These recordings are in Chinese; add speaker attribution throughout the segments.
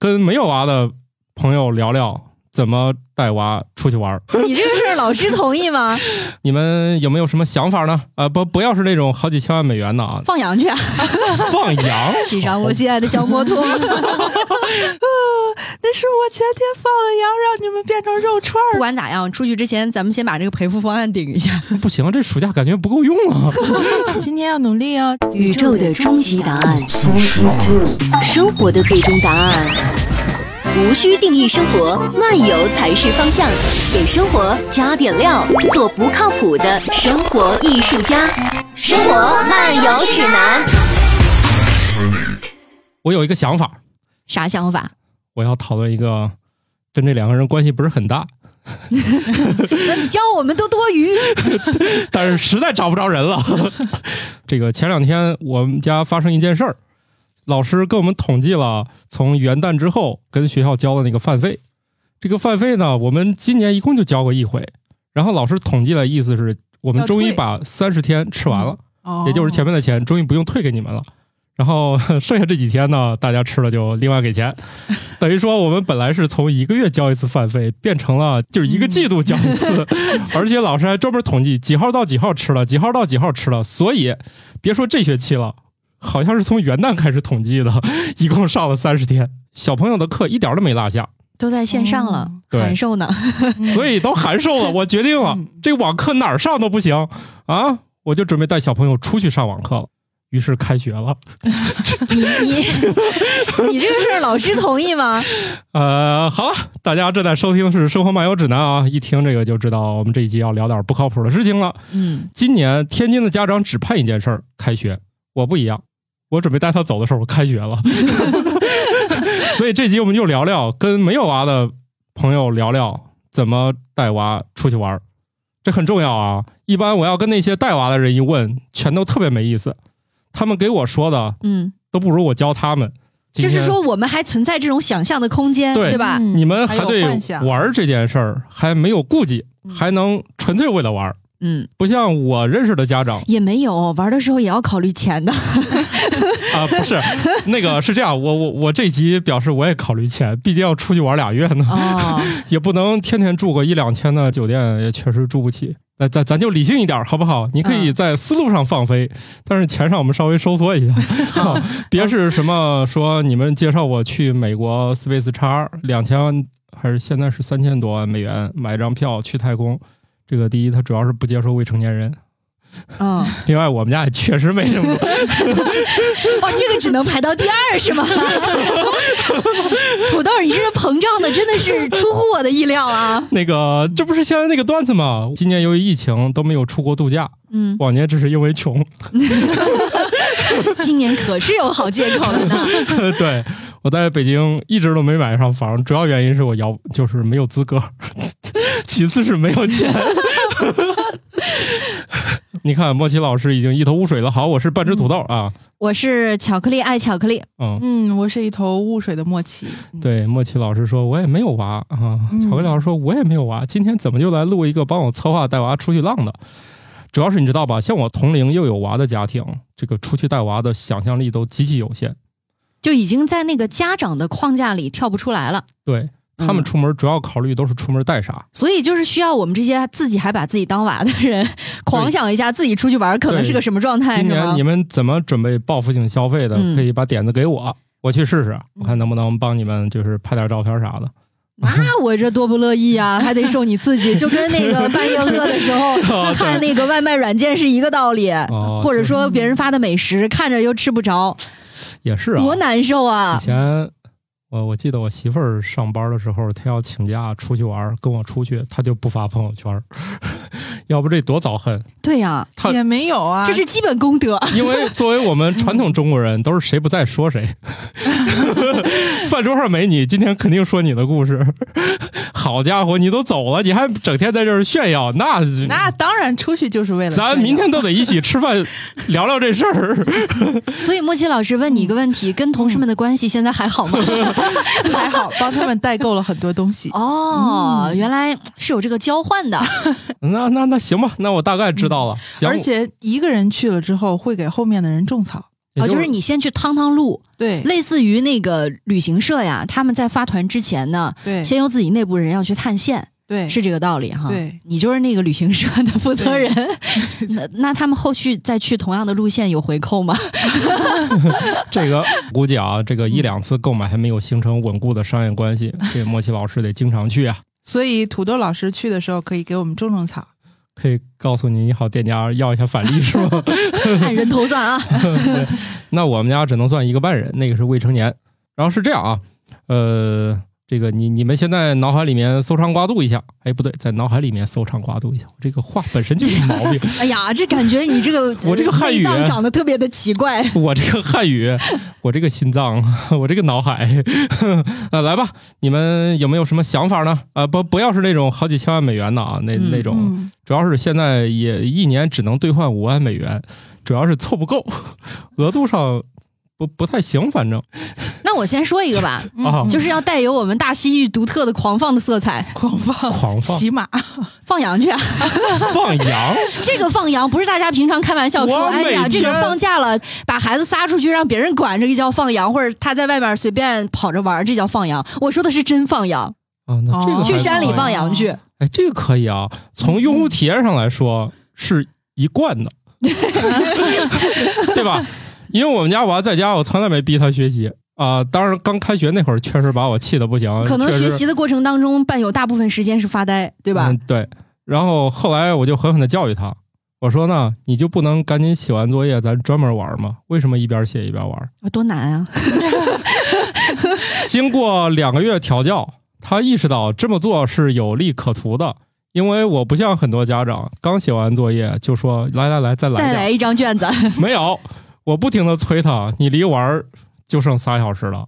Speaker 1: 跟没有娃的朋友聊聊怎么带娃出去玩儿。
Speaker 2: 你这个事儿老师同意吗？，
Speaker 1: 你们有没有什么想法呢？啊、不，不要是那种好几千万美元的啊
Speaker 2: 放羊去，
Speaker 1: 放羊。哦
Speaker 2: 骑上我心爱的小摩托。
Speaker 3: 那是我前天放了羊，让你们变成肉串儿。
Speaker 2: 不管咋样，出去之前咱们先把这个赔付方案顶一下。
Speaker 1: 不行，这暑假感觉不够用啊。
Speaker 3: 今天要努力啊！
Speaker 4: 宇宙的终极答案，生活的最终答案。无需定义生活，漫游才是方向。给生活加点料，做不靠谱的生活艺术家。生活漫游指南。
Speaker 1: 我有一个想法，
Speaker 2: 啥想法？
Speaker 1: 我要讨论一个跟这两个人关系不是很大，
Speaker 2: 那你教我们都多余。
Speaker 1: 但是实在找不着人了。 这个前两天我们家发生一件事儿，老师给我们统计了从元旦之后跟学校交的那个饭费。这个饭费呢，我们今年一共就交过一回，然后老师统计的意思是我们
Speaker 3: 要
Speaker 1: 终于
Speaker 3: 退
Speaker 1: 把三十天吃完了。
Speaker 3: 哦
Speaker 1: 也就是前面的钱终于不用退给你们了。然后 剩下这几天呢，大家吃了就另外给钱，等于说我们本来是从一个月交一次饭费，变成了就是一个季度交一次， 而且老师还专门统计几号到几号吃了，几号到几号吃了。所以别说这学期了，好像是从元旦开始统计的， 一共上了三十天，小朋友的课一点儿都没落下，
Speaker 2: 都在线上了，
Speaker 1: 对
Speaker 2: 函授呢。
Speaker 1: 所以都函授了。我决定了，这网课哪儿上都不行啊，我就准备带小朋友出去上网课了。于是开学了。
Speaker 2: 你你你这个事儿老师同意吗？
Speaker 1: 呃，好了，大家正在收听的是《生活漫游指南》啊，一听这个就知道我们这一集要聊点不靠谱的事情了。
Speaker 2: 嗯，
Speaker 1: 今年天津的家长只盼一件事儿：开学。我不一样，我准备带他走的时候，我开学了。所以这集我们就聊聊跟没有娃的朋友聊聊怎么带娃出去玩儿，这很重要啊。一般我要跟那些带娃的人一问，全都特别没意思，他们给我说的
Speaker 2: 嗯，
Speaker 1: 都不如我教他们。今
Speaker 2: 就是
Speaker 1: 天
Speaker 2: 说我们还存在这种想象的空间，
Speaker 1: 对
Speaker 2: 吧？
Speaker 3: 嗯
Speaker 1: 你们
Speaker 3: 还
Speaker 1: 还
Speaker 3: 有
Speaker 1: 对
Speaker 3: 幻想嗯
Speaker 1: 玩儿这件事儿还没有顾忌，还能纯粹为了玩儿，
Speaker 2: 嗯，
Speaker 1: 不像我认识的家 长
Speaker 2: 也没有玩的时候也要考虑钱的。
Speaker 1: 啊，不是那个是这样，我我我这集表示我也考虑钱，毕竟要出去玩俩月呢，
Speaker 2: 哦，
Speaker 1: 也不能天天住个一两千的酒店，也确实住不起。那咱咱就理性一点，好不好？你可以在思路上放飞，但是钱上我们稍微收缩一下，好，别是什么说你们介绍我去美国 Space X 两千万还是现在是三千多万美元买张票去太空。这个第一，它主要是不接受未成年人；
Speaker 2: 嗯，
Speaker 1: 另外，我们家也确实没什么。
Speaker 2: 哦，这个只能排到第二是吗？ 土豆，你这个膨胀的真的是出乎我的意料啊！
Speaker 1: 那个，这不是现在那个段子吗？今年由于疫情都没有出国度假，
Speaker 2: 嗯，
Speaker 1: 往年只是因为穷。
Speaker 2: 今年可是有好借口了呢。
Speaker 1: 对，我在北京一直都没买上房，主要原因是我摇就是没有资格， 其次是没有钱。 你看，莫奇老师已经一头雾水了。好，我是半只土豆啊，
Speaker 2: 我是巧克力爱巧克力，
Speaker 1: 嗯，
Speaker 3: 嗯，我是一头雾水的莫奇。嗯，
Speaker 1: 对，莫奇老师说我也没有娃啊，巧克力老师说我也没有娃，今天怎么就来录一个帮我策划带娃出去浪的？主要是你知道吧，像我同龄又有娃的家庭，这个出去带娃的想象力都极其有限。
Speaker 2: 就已经在那个家长的框架里跳不出来了，
Speaker 1: 对他们
Speaker 2: 嗯
Speaker 1: 出门主要考虑都是出门带啥，
Speaker 2: 所以就是需要我们这些自己还把自己当娃的人，狂想一下自己出去玩可能是个什么状态，
Speaker 1: 今
Speaker 2: 哎是
Speaker 1: 年
Speaker 2: 吗
Speaker 1: 你？们怎么准备报复性消费的？
Speaker 2: 嗯
Speaker 1: 可以把点子给我，我去试试，我看能不能帮你们就是拍点照片啥的。
Speaker 2: 那我这多不乐意啊，还得受你刺激，就跟那个半夜饿的时 候
Speaker 1: 哦对
Speaker 2: 看那个外卖软件是一个道理，
Speaker 1: 哦，
Speaker 2: 或者说别人发的美食看着又吃不着，
Speaker 1: 也是啊，
Speaker 2: 多难受
Speaker 1: 以
Speaker 2: 啊！
Speaker 1: 前。我我记得我媳妇儿上班的时候，她要请假出去玩儿，跟我出去，她就不发朋友圈儿， 要不这多遭恨。
Speaker 2: 对呀、
Speaker 1: 他
Speaker 3: 也没有啊，
Speaker 2: 这是基本功德。
Speaker 1: 因为作为我们传统中国人，都是谁不在说谁。 饭桌上没你，今天肯定说你的故事。好家伙，你都走了，你还整天在这儿炫耀，那
Speaker 3: 那当然出去就是为了
Speaker 1: 咱
Speaker 3: 炫
Speaker 1: 明
Speaker 3: 耀
Speaker 1: 天都得一起吃饭，聊聊这事儿。
Speaker 2: 所以莫奇老师问你一个问题：跟同事们的关系现在还好吗？
Speaker 3: 还好，帮他们代购了很多东 西。
Speaker 2: 哦，原来是有这个交换的。
Speaker 1: 那
Speaker 2: 嗯
Speaker 1: 那那行吧，那我大概知道了。行
Speaker 3: 而且一个人去了之后，会给后面的人种草。
Speaker 1: 也
Speaker 2: 哦就是你先去趟趟路，
Speaker 3: 对
Speaker 2: 类似于那个旅行社呀，他们在发团之前呢，
Speaker 3: 对
Speaker 2: 先由自己内部人要去探线，
Speaker 3: 对
Speaker 2: 是这个道理哈。
Speaker 3: 对，
Speaker 2: 你就是那个旅行社的负责人，那那他们后续再去同样的路线有回扣吗？
Speaker 1: 这个估计啊，这个一两次购买还没有形成稳固的商业关系，这莫奇老师得经常去啊。
Speaker 3: 所以土豆老师去的时候可以给我们种种草。
Speaker 1: 可以告诉你好店家要一下返利是 吗？
Speaker 2: 按人头算啊，
Speaker 1: 那我们家只能算一个半人，那个是未成年。然后是这样啊，呃，这个你你们现在脑海里面搜肠刮肚一下，哎，不对，在脑海里面搜肠刮肚一下，我这个话本身就有毛病，
Speaker 2: 哎呀，这感觉你这个 呃
Speaker 1: 我这个汉语啊
Speaker 2: 内脏长得特别的奇怪。
Speaker 1: 我这个汉语，我这个心脏， 我这个脑海， 呃，来吧，你们有没有什么想法呢？啊、不，不要是那种好几千万美元的啊，那
Speaker 2: 嗯
Speaker 1: 那种，
Speaker 3: 嗯，
Speaker 1: 主要是现在也一年只能兑换五万美元，主要是凑不够， 额度上不不太行，反正
Speaker 2: 那我先说一个吧，
Speaker 1: 啊
Speaker 2: 嗯就是要带有我们大西域独特的狂放的色彩，
Speaker 3: 狂放
Speaker 1: 狂放
Speaker 3: 骑马，
Speaker 2: 放羊 去啊！
Speaker 1: 放 羊，
Speaker 2: 这个放羊不是大家平常开玩笑说，
Speaker 1: 我
Speaker 2: 哎呀，
Speaker 1: 每天
Speaker 2: 这个放假了把孩子撒出去让别人管，这个叫放羊，或者他在外面随便跑着玩，这叫放羊。我说的是真放羊，
Speaker 1: 啊，那这个
Speaker 3: 哦
Speaker 1: 还
Speaker 2: 去山里
Speaker 1: 可以
Speaker 2: 放羊去。
Speaker 1: 哎，这个可以啊。 从用户体验上来说，是一贯的，对吧？因为我们家娃在家，我从来没逼他学习啊、当然，刚开学那会儿确实把我气的不行，
Speaker 2: 可能
Speaker 1: 确
Speaker 2: 学
Speaker 1: 实
Speaker 2: 习的过程当中伴有大部分时间是发呆，对吧？
Speaker 1: 嗯，对。然后后来我就狠狠的教育他，我说呢，你就不能赶紧写完作业，咱专门玩吗？为什么一边写一边玩？
Speaker 2: 多难啊！
Speaker 1: 经过两个月调教，他意识到这么做是有利可图的，因为我不像很多家长刚写完作业就说来来来再来
Speaker 2: 再
Speaker 1: 点儿
Speaker 2: 来一张卷子，
Speaker 1: 没有，我不停的催他，你离玩儿就剩仨小时了，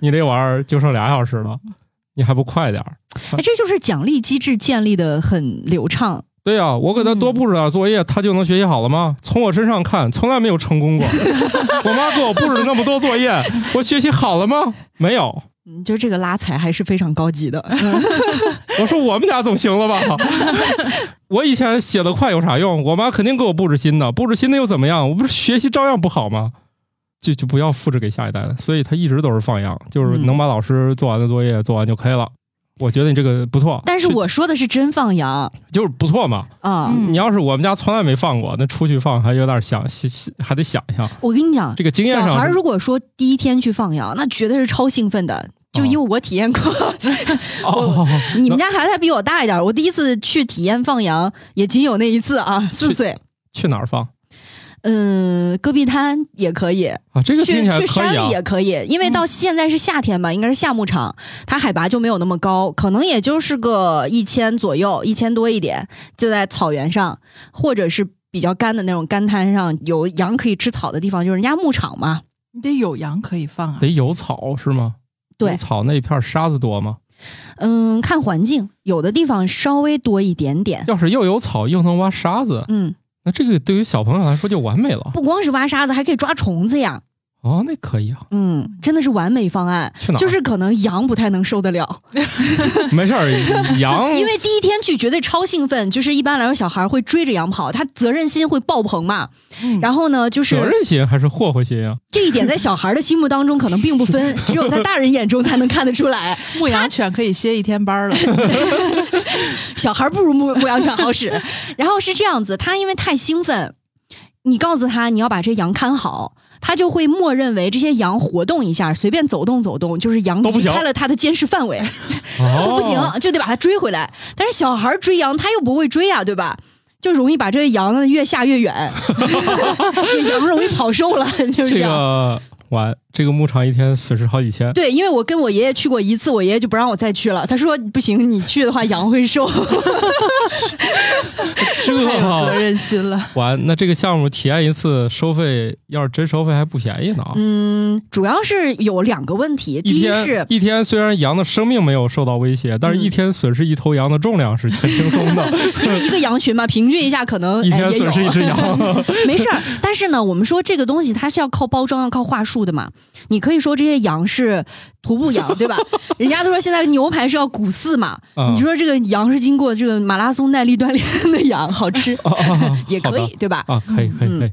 Speaker 1: 你离玩儿就剩俩小时了，你还不快点儿？
Speaker 2: 哎，这就是奖励机制建立的很流畅。
Speaker 1: 对呀、我给他多布置点作业，他就能学习好了吗？从我身上看，从来没有成功过。我妈给我布置了那么多作业，我学习好了吗？没有。
Speaker 2: 嗯，就这个拉踩还是非常高级的。
Speaker 1: 我说我们俩总行了吧？ 我以前写的快有啥用？我妈肯定给我布置新的，布置新的又怎么样？我不是学习照样不好吗？就就不要复制给下一代了。所以他一直都是放羊，就是
Speaker 2: 嗯
Speaker 1: 能把老师做完的作业做完就可以了。我觉得你这个不错，
Speaker 2: 但是我说的是真放羊
Speaker 1: 就是不错嘛。
Speaker 2: 啊！
Speaker 3: 嗯
Speaker 1: 你要是我们家从来没放过，那出去放还有点想，想想还得想一想。
Speaker 2: 我跟你讲，
Speaker 1: 这个经验
Speaker 2: 小
Speaker 1: 上
Speaker 2: 孩
Speaker 1: 是
Speaker 2: 如果说第一天去放羊，那绝对是超兴奋的。就因为我体验过，
Speaker 1: 哦，
Speaker 2: 你们家孩子还比我大一点儿，我第一次去体验放羊也仅有那一次啊，四岁。
Speaker 1: 去哪儿放
Speaker 2: 嗯，戈壁滩也可以，
Speaker 1: 啊？ 这个听
Speaker 2: 去
Speaker 1: 起来
Speaker 2: 去
Speaker 1: 可
Speaker 2: 山
Speaker 1: 以
Speaker 2: 里
Speaker 1: 啊。
Speaker 2: 也可以，因为到现在是夏天嘛，应该是夏牧场，它海拔就没有那么高，可能也就是个一千左右，一千多一点，就在草原上，或者是比较干的那种干滩上，有羊可以吃草的地方，就是人家牧场嘛。
Speaker 3: 你得有羊可以放啊。
Speaker 1: 得有草是吗？
Speaker 2: 对
Speaker 1: 有草那片沙子多吗？
Speaker 2: 嗯，看环境，有的地方稍微多一点点。
Speaker 1: 要是又有草又能挖沙子，
Speaker 2: 嗯，
Speaker 1: 那这个对于小朋友来说就完美了
Speaker 2: 不光是挖沙子，还可以抓虫子呀。
Speaker 1: 哦，那可以啊，
Speaker 2: 嗯，真的是完美方案。
Speaker 1: 去哪儿？啊
Speaker 2: 就是可能羊不太能受得了，
Speaker 1: 没事儿，羊
Speaker 2: 因为第一天去绝对超兴奋，就是一般来说小孩会追着羊跑，他责任心会爆棚嘛。
Speaker 3: 嗯
Speaker 2: 然后呢，就
Speaker 1: 责
Speaker 2: 是
Speaker 1: 任心还是霍霍心啊？
Speaker 2: 这一点在小孩的心目当中可能并不分，只有在大人眼中才能看得出来。
Speaker 3: 牧羊犬可以歇一天 班儿了。
Speaker 2: 小孩不如牧牧羊犬好使。然后是这样子，他因为太兴奋，你告诉他你要把这羊看好，他就会默认为这些羊活动一下，随便走动走动，就是羊
Speaker 1: 都不
Speaker 2: 离
Speaker 1: 行
Speaker 2: 开了他的监视范围。
Speaker 1: 哦，
Speaker 2: 都不行，就得把它追回来。但是小孩儿追羊，他又不会追啊，对吧？就容易把这羊越下越远， 这羊容易跑瘦了，就是
Speaker 1: 这
Speaker 2: 样。
Speaker 1: 个完，这个牧场一天损失好几千，
Speaker 2: 对，因为我跟我爷爷去过一次，我爷爷就不让我再去了。他说不行，你去的话羊会瘦。
Speaker 3: 太有责
Speaker 1: 这
Speaker 3: 任心了。
Speaker 1: 完，那这个项目体验一次收费，要是真收费还不便宜呢。
Speaker 2: 嗯，主要是有两个问题，第
Speaker 1: 一
Speaker 2: 一
Speaker 1: 天
Speaker 2: 是
Speaker 1: 一天，虽然羊的生命没有受到威胁，但是
Speaker 2: 嗯
Speaker 1: 一天损失一头羊的重量是很轻 松的，
Speaker 2: 因为一个羊群嘛，平均一下可能
Speaker 1: 嗯一
Speaker 2: 哎
Speaker 1: 天
Speaker 2: 也有
Speaker 1: 损
Speaker 2: 嗯
Speaker 1: 失一只 羊。
Speaker 2: 没事儿，但是呢，我们说这个东西它是要靠包装，要靠话术的嘛。你可以说这些羊是徒步羊，对吧？ 人家都说现在牛排是要骨饲嘛，
Speaker 1: 啊
Speaker 2: 你说这个羊是经过这个马拉松耐力锻炼的羊，好吃
Speaker 1: 啊啊啊
Speaker 2: 也可
Speaker 1: 好的
Speaker 2: 以，对吧？嗯
Speaker 1: 啊，可以可以可以，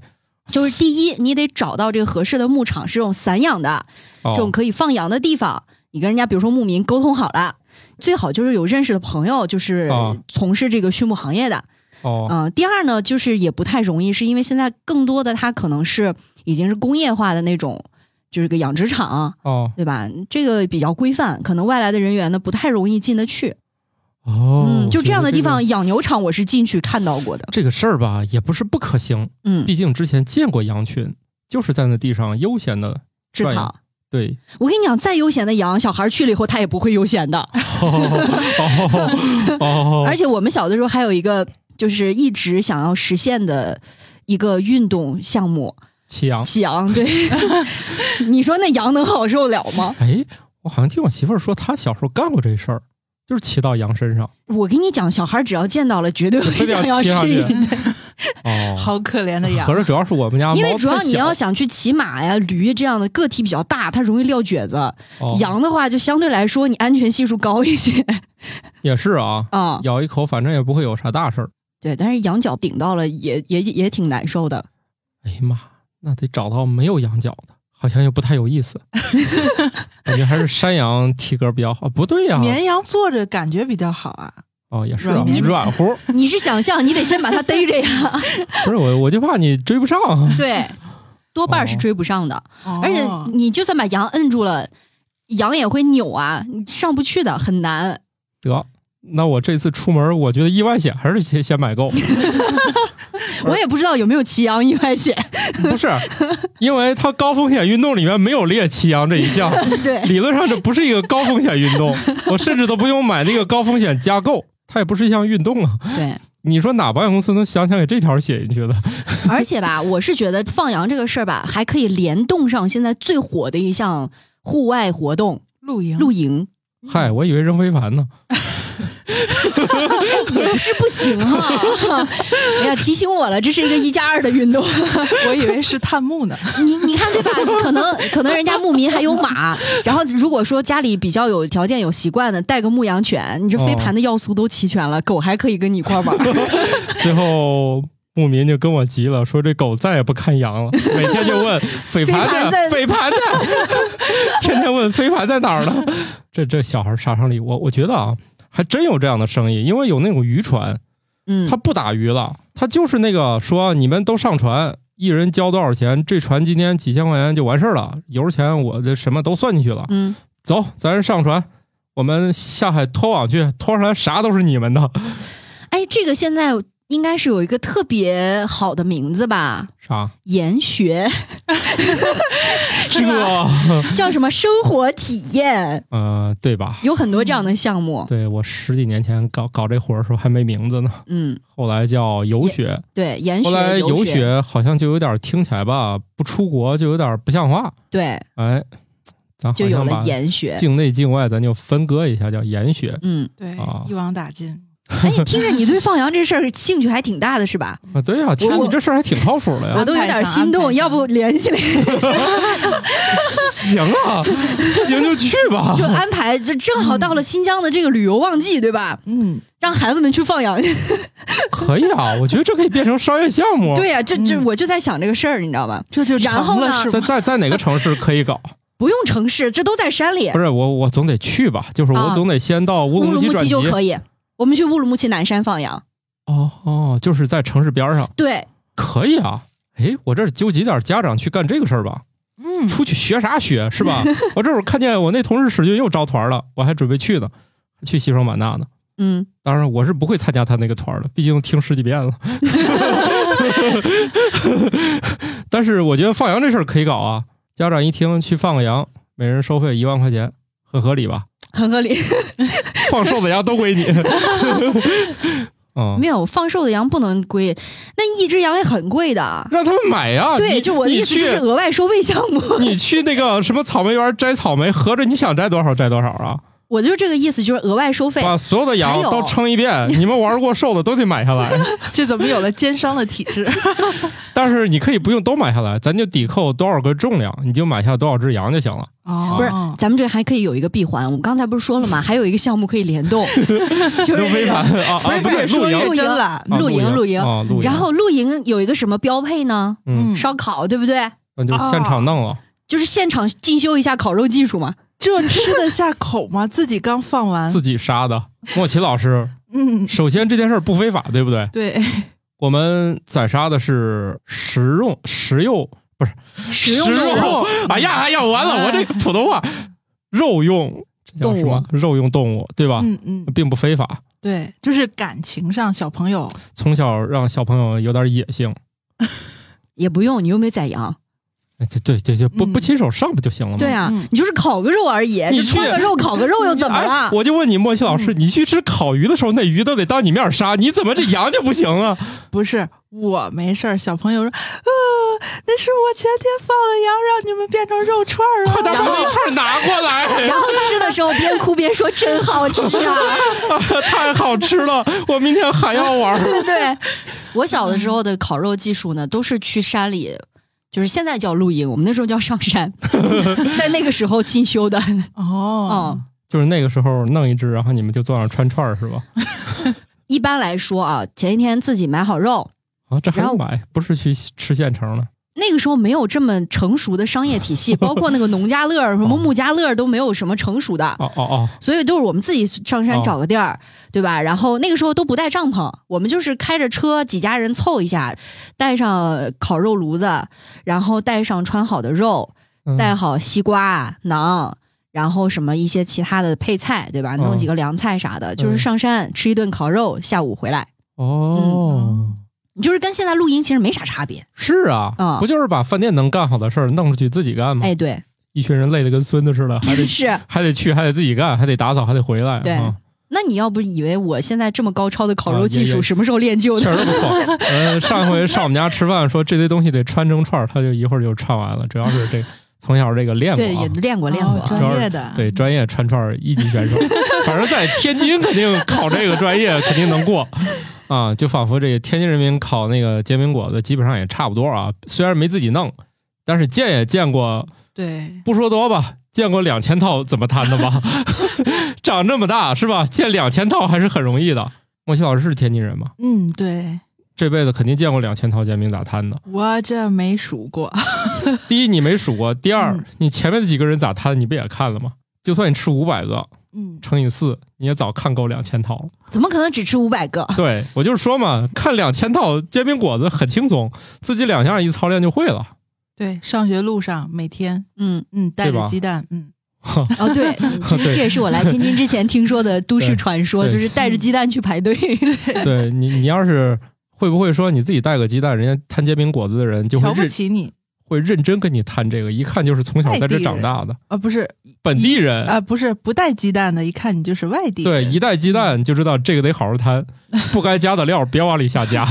Speaker 2: 就是第一，你得找到这个合适的牧场，是这种散养的，
Speaker 1: 哦
Speaker 2: 这种可以放羊的地方，你跟人家比如说牧民沟通好了，最好就是有认识的朋友，就是
Speaker 1: 哦
Speaker 2: 从事这个畜牧行业的。
Speaker 1: 哦
Speaker 2: 嗯、第二呢，就是也不太容易，是因为现在更多的它可能是已经是工业化的那种，就是个养殖场，
Speaker 1: 哦
Speaker 2: 对吧？这个比较规范，可能外来的人员呢不太容易进得去。
Speaker 1: 哦，
Speaker 2: 嗯，就
Speaker 1: 我觉
Speaker 2: 这样
Speaker 1: 得
Speaker 2: 的地
Speaker 1: 个
Speaker 2: 方，养牛场我是进去看到过的。
Speaker 1: 这个事儿吧，也不是不可行。
Speaker 2: 嗯，
Speaker 1: 毕竟之前见过羊群，就是在那地上悠闲的
Speaker 2: 制
Speaker 1: 转悠
Speaker 2: 草。
Speaker 1: 对，
Speaker 2: 我跟你讲，再悠闲的羊，小孩去了以后他也不会悠闲的。
Speaker 1: 哦 哦，
Speaker 2: 而且我们小的时候还有一个，就是一直想要实现的一个运动项目
Speaker 1: 骑羊
Speaker 2: —— 骑羊。对，你说那羊能好受了吗？
Speaker 1: 哎，我好像听我媳妇儿说，她小时候干过这事儿，就是骑到羊身上，
Speaker 2: 我跟你讲，小孩只要见到了，绝对
Speaker 1: 非
Speaker 2: 会
Speaker 1: 得
Speaker 2: 想
Speaker 1: 要
Speaker 2: 要
Speaker 1: 骑上去
Speaker 2: 试 一试，。
Speaker 1: 哦，
Speaker 3: 好可怜 的羊
Speaker 1: 合，着主要是我们家
Speaker 2: 因为
Speaker 1: 猫
Speaker 2: 主要
Speaker 1: 太
Speaker 2: 你
Speaker 1: 小
Speaker 2: 要想去骑马呀、驴这样的个体比较大，它容易撂蹶子。
Speaker 1: 哦
Speaker 2: 羊的话，就相对来说你安全系数高一些
Speaker 1: 也是啊，
Speaker 2: 啊、
Speaker 1: 咬一口反正也不会有啥大事儿。
Speaker 2: 对，但是羊角顶到了也也也挺难受的。
Speaker 1: 哎呀妈，那得找到没有羊角的，好像又不太有意 思。感觉还是山羊体格比较好，不对呀、
Speaker 3: 绵羊坐着感觉比较好啊。
Speaker 1: 哦，也是、啊
Speaker 3: 软、
Speaker 1: 软 乎，
Speaker 2: 你是想象，你得先把它逮着呀。
Speaker 1: 不是我，我就怕你追不上。
Speaker 2: 对，多半是
Speaker 1: 哦
Speaker 2: 追不上的。而且
Speaker 3: 哦
Speaker 2: 你就算把羊摁住了，羊也会扭啊，你上不去的，很难。
Speaker 1: 得，那我这次出门，我觉得意外险还是先先买够。
Speaker 2: 我也不知道有没有骑羊意外险。
Speaker 1: 不是，因为它高风险运动里面没有猎骑羊这一项，
Speaker 2: 对，
Speaker 1: 理论上这不是一个高风险运动，我甚至都不用买那个高风险加购，它也不是一项运动啊。
Speaker 2: 对，
Speaker 1: 你说哪保险公司能想想给这条写进去的？
Speaker 2: 而且吧，我是觉得放羊这个事儿吧，还可以联动上现在最火的一项户外活动
Speaker 3: 露
Speaker 2: ——
Speaker 3: 营
Speaker 2: 露营，
Speaker 1: 嗨，我以为扔飞盘呢。
Speaker 2: 也不是不行 哈、哎呀，提醒我了，这是一个一加二的运动。
Speaker 3: 我以为是探墓呢。
Speaker 2: 你你看对吧？可能可能人家牧民还有马，然后如果说家里比较有条件有习惯的，带个牧羊犬，你这飞盘的要素都齐全了，狗还可以跟你一块玩 儿。
Speaker 1: 最后牧民就跟我急了，说这狗再也不看羊了，每天就 问匪盘
Speaker 2: 盘
Speaker 1: 呢，
Speaker 2: 在
Speaker 1: 匪 盘呢，天天问匪盘在哪儿呢？这这小孩杀伤力，我我觉得啊，还真有这样的生意，因为有那种渔船，
Speaker 2: 嗯
Speaker 1: 他，不打鱼了，他就是那个说啊你们都上船，一人交多少钱，这船今天几千块钱就完事儿了，油钱我这什么都算进去了，
Speaker 2: 嗯，
Speaker 1: 走，咱上船，我们下海拖网去，拖上来啥都是你们的，
Speaker 2: 哎，这个现在应该是有一个特别好的名字吧？
Speaker 1: 啥？
Speaker 2: 研学是
Speaker 1: 这
Speaker 2: 吧？叫什么生活体验，
Speaker 1: 呃，对吧？
Speaker 2: 有很多这样的项目。
Speaker 1: 对我十几年前搞搞这活儿的时候还没名字呢，
Speaker 2: 嗯，
Speaker 1: 后来叫游学，
Speaker 2: 对，研
Speaker 1: 后来
Speaker 2: 学、
Speaker 1: 游
Speaker 2: 学，
Speaker 1: 学好像就有点听起来吧，不出国就有点不像话，
Speaker 2: 对，
Speaker 1: 哎，咱
Speaker 2: 就
Speaker 1: 好
Speaker 2: 有
Speaker 1: 像把
Speaker 2: 了研学。
Speaker 1: 境内境外咱就分割一下，叫研学。
Speaker 2: 嗯，
Speaker 3: 对
Speaker 1: 啊，
Speaker 3: 一网打尽。
Speaker 2: 哎，听着你对放羊这事儿兴趣还挺大的是吧？
Speaker 1: 啊，对呀、听
Speaker 2: 我
Speaker 1: 你这事儿还挺靠谱的
Speaker 2: 我
Speaker 1: 呀。
Speaker 2: 都有点心
Speaker 3: 安排
Speaker 2: 动，
Speaker 3: 上
Speaker 2: 要不联系联系，
Speaker 1: 行啊，不行就去吧。
Speaker 2: 就安排，这正好到了新疆的这个旅游旺季，对吧？
Speaker 3: 嗯，
Speaker 2: 让孩子们去放羊去。
Speaker 1: 可以啊，我觉得这可以变成商业项目。
Speaker 2: 对呀、就就
Speaker 3: 嗯
Speaker 2: 我就在想这个事儿，你知道吗？
Speaker 3: 这就
Speaker 2: 然
Speaker 3: 成
Speaker 2: 后
Speaker 3: 了
Speaker 2: 呢
Speaker 3: 是
Speaker 1: 在
Speaker 3: 吧？
Speaker 1: 在在哪个城市可以搞？
Speaker 2: 不用城市，这都在山里
Speaker 1: 不，是我，我总得去吧，就是我
Speaker 2: 啊
Speaker 1: 总得先到乌
Speaker 2: 乌
Speaker 1: 鲁木
Speaker 2: 鲁
Speaker 1: 齐
Speaker 2: 木
Speaker 1: 转
Speaker 2: 齐
Speaker 1: 机。
Speaker 2: 就可以。我们去乌鲁木齐南山放羊，
Speaker 1: 哦哦，就是在城市边儿上，
Speaker 2: 对，
Speaker 1: 可以啊。哎，我这儿纠集点家长去干这个事儿吧，
Speaker 3: 嗯，
Speaker 1: 出去学啥学是 吧？我这会儿看见我那同事史军又招团了，我还准备去呢，去西双版纳呢。
Speaker 2: 嗯，
Speaker 1: 当然，我是不会参加他那个团儿的，毕竟听十几遍了。 但是我觉得放羊这事儿可以搞啊，家长一听去放个羊，每人收费一万块钱，很合理吧？
Speaker 2: 很合理。
Speaker 1: 放瘦子羊都 归你。嗯，
Speaker 2: 没有放瘦的羊不能归，那一只羊也很贵的。
Speaker 1: 让他们买呀。
Speaker 2: 对，
Speaker 1: 你
Speaker 2: 就我的意思就是额外收费项目。
Speaker 1: 你去你去那个什么草莓园摘草莓，合着你想摘多少摘多少啊？
Speaker 2: 我就这个意思，就是额外收费。
Speaker 1: 把所有的
Speaker 2: 还
Speaker 1: 羊
Speaker 2: 有
Speaker 1: 都称一遍，你们玩过瘦的都得买下来，
Speaker 3: 这怎么有了奸商的体质？
Speaker 1: 但是你可以不用都买下来，咱就抵扣多少个重量，你就买下多少只羊就行了。
Speaker 3: 哦
Speaker 2: 不是，咱们这还可以有一个闭环。我们刚才不是说了吗？还有一个项目可以联 动，就是
Speaker 1: 就
Speaker 2: 这
Speaker 1: 非
Speaker 2: 个
Speaker 1: 凡 啊啊，
Speaker 3: 不是
Speaker 1: 对，
Speaker 3: 越说
Speaker 1: 露营
Speaker 3: 越真了。
Speaker 1: 啊
Speaker 2: 露营
Speaker 1: 露
Speaker 2: 露营
Speaker 1: 啊，露营。
Speaker 2: 然后露营有一个什么标配呢？
Speaker 1: 嗯，
Speaker 2: 烧烤，对不对？
Speaker 1: 那就是现场弄了。
Speaker 2: 就是现场进修一下烤肉技术嘛。
Speaker 3: 这吃得下口吗？ 自己刚放完，
Speaker 1: 自己杀的。莫奇老师，
Speaker 3: 嗯，
Speaker 1: 首先这件事儿不非法，对不对？
Speaker 3: 对，
Speaker 1: 我们宰杀的是食用食用，不是
Speaker 2: 食用
Speaker 1: 食
Speaker 2: 肉嗯类
Speaker 1: 肉。哎呀哎呀，完了，我这个普通话肉用这叫什么？肉用动物，对吧？
Speaker 3: 嗯嗯，
Speaker 1: 并不非法。
Speaker 3: 对，就是感情上，小朋友
Speaker 1: 从小让小朋友有点野性，
Speaker 2: 也不用，你又没宰羊。
Speaker 1: 哎就对对对，不
Speaker 3: 嗯
Speaker 1: 不亲手上不就行了吗？
Speaker 2: 对啊，
Speaker 3: 嗯
Speaker 2: 你就是烤个肉而已，
Speaker 1: 你
Speaker 2: 就
Speaker 1: 去
Speaker 2: 穿个肉烤个肉又怎么
Speaker 1: 哎
Speaker 2: 了？嗯
Speaker 1: 我就问你，莫西老师，你去吃烤鱼的时候，那鱼都得当你面杀， 你怎么这羊就不行 啊？
Speaker 3: 不是我没事儿，小朋友说，呃，那是我前天放了羊，让你们变成肉串儿
Speaker 1: 快点
Speaker 3: 了。
Speaker 1: 把那串儿拿过 来！
Speaker 2: 然后吃的时候边哭边说：“真好吃啊
Speaker 1: 太好吃了，我明天还要玩！”儿。
Speaker 2: 对不对？我小的时
Speaker 1: 嗯
Speaker 2: 候的烤肉技术呢，都是去山里，就是现在叫露营，我们那时候叫 上山，在那个时候进修的。
Speaker 3: 哦，
Speaker 2: 嗯，
Speaker 1: 就是那个时候弄一只，然后你们就坐那儿穿串儿是吧？
Speaker 2: 一般来说啊，前一天自己买好肉，
Speaker 1: 啊，这还
Speaker 2: 然后
Speaker 1: 用买？不是去吃现成的？
Speaker 2: 那个时候没有这么成熟的商业体系，包括那个农家乐儿、什么木家乐儿都没有什么成熟的，
Speaker 1: 哦哦哦哦，
Speaker 2: 所以都是我们自己上山
Speaker 1: 哦
Speaker 2: 找个地儿，对吧？然后那个时候都不带帐篷，我们就是开着车几家人凑一下，带上烤肉炉子，然后带上穿好的肉，
Speaker 1: 嗯
Speaker 2: 带好西瓜、馕，然后什么一些其他的配菜，对
Speaker 1: 嗯
Speaker 2: 吧？弄几个凉菜啥的，就是上山吃一顿烤肉，下午回来，
Speaker 1: 哦，
Speaker 2: 你就是跟现在露营其实没啥差别。
Speaker 1: 是啊
Speaker 2: 嗯，
Speaker 1: 不就是把饭店能干好的事儿弄出去自己干吗？
Speaker 2: 哎，对，
Speaker 1: 一群人累得跟孙子似的，还得
Speaker 2: 是。
Speaker 1: 还得去，还得自己干，还得打扫，还得回来。
Speaker 2: 对
Speaker 1: 啊
Speaker 2: 那你要不以为我现在这么高超的烤
Speaker 1: 啊
Speaker 2: 肉
Speaker 1: 也
Speaker 2: 技术，
Speaker 1: 也
Speaker 2: 什么时候练就的？
Speaker 1: 确实 不错。呃，上回上我们家吃饭说这堆东西得穿成串儿，他就一会儿就串完了。主要是这从小这个练过
Speaker 2: 对，
Speaker 1: 啊
Speaker 2: 也练过练过。
Speaker 3: 哦专业的，
Speaker 1: 对，专业串串儿一级 选手，反正在天津肯定考这个专业肯定能过啊，就仿佛这个天津人民考那个煎饼果子基本上也差不多啊，虽然没自己弄，但是见也见过，
Speaker 3: 对，
Speaker 1: 不说多吧，见过两千套怎么摊的吧， 长这么大是吧？见两千套还是很容易的。莫西老师是天津人吗？
Speaker 3: 嗯，对
Speaker 1: 这辈子肯定见过两千套煎饼咋摊的。
Speaker 3: 我这没数过，
Speaker 1: 第一，你没数过；第二
Speaker 3: 嗯，
Speaker 1: 你前面的几个人咋摊，你不也看了吗？就算你吃五百个
Speaker 3: 嗯，
Speaker 1: 乘以四，你也早看够两千套了。
Speaker 2: 怎么可能只吃五百个？
Speaker 1: 对我就是说嘛， 看两千套煎饼果子很轻松，自己两下一操练就会 了。
Speaker 3: 对，上学路上每天，
Speaker 2: 嗯，
Speaker 3: 嗯，带
Speaker 1: 对
Speaker 3: 着
Speaker 1: 吧
Speaker 3: 鸡蛋，嗯，
Speaker 2: 哦对，这是
Speaker 1: 对
Speaker 2: 这也是我来天津之前听说的都市
Speaker 1: 对
Speaker 2: 传说，
Speaker 1: 对
Speaker 2: 就是带着鸡蛋去排队。
Speaker 1: 对你，你要是会不会说你自己带个鸡蛋，人家摊煎饼果子的人就
Speaker 3: 瞧
Speaker 1: 会
Speaker 3: 不
Speaker 1: 认
Speaker 3: 起你
Speaker 1: 会认真跟你摊这个，一看就是从小在这长大的
Speaker 3: 啊，不是
Speaker 1: 本地人。
Speaker 3: 啊，不是不带鸡蛋的，一看你就是外地
Speaker 1: 呃对，
Speaker 3: 人
Speaker 1: 一带鸡蛋就知道这个得好好 摊，不该加的料别往里下加，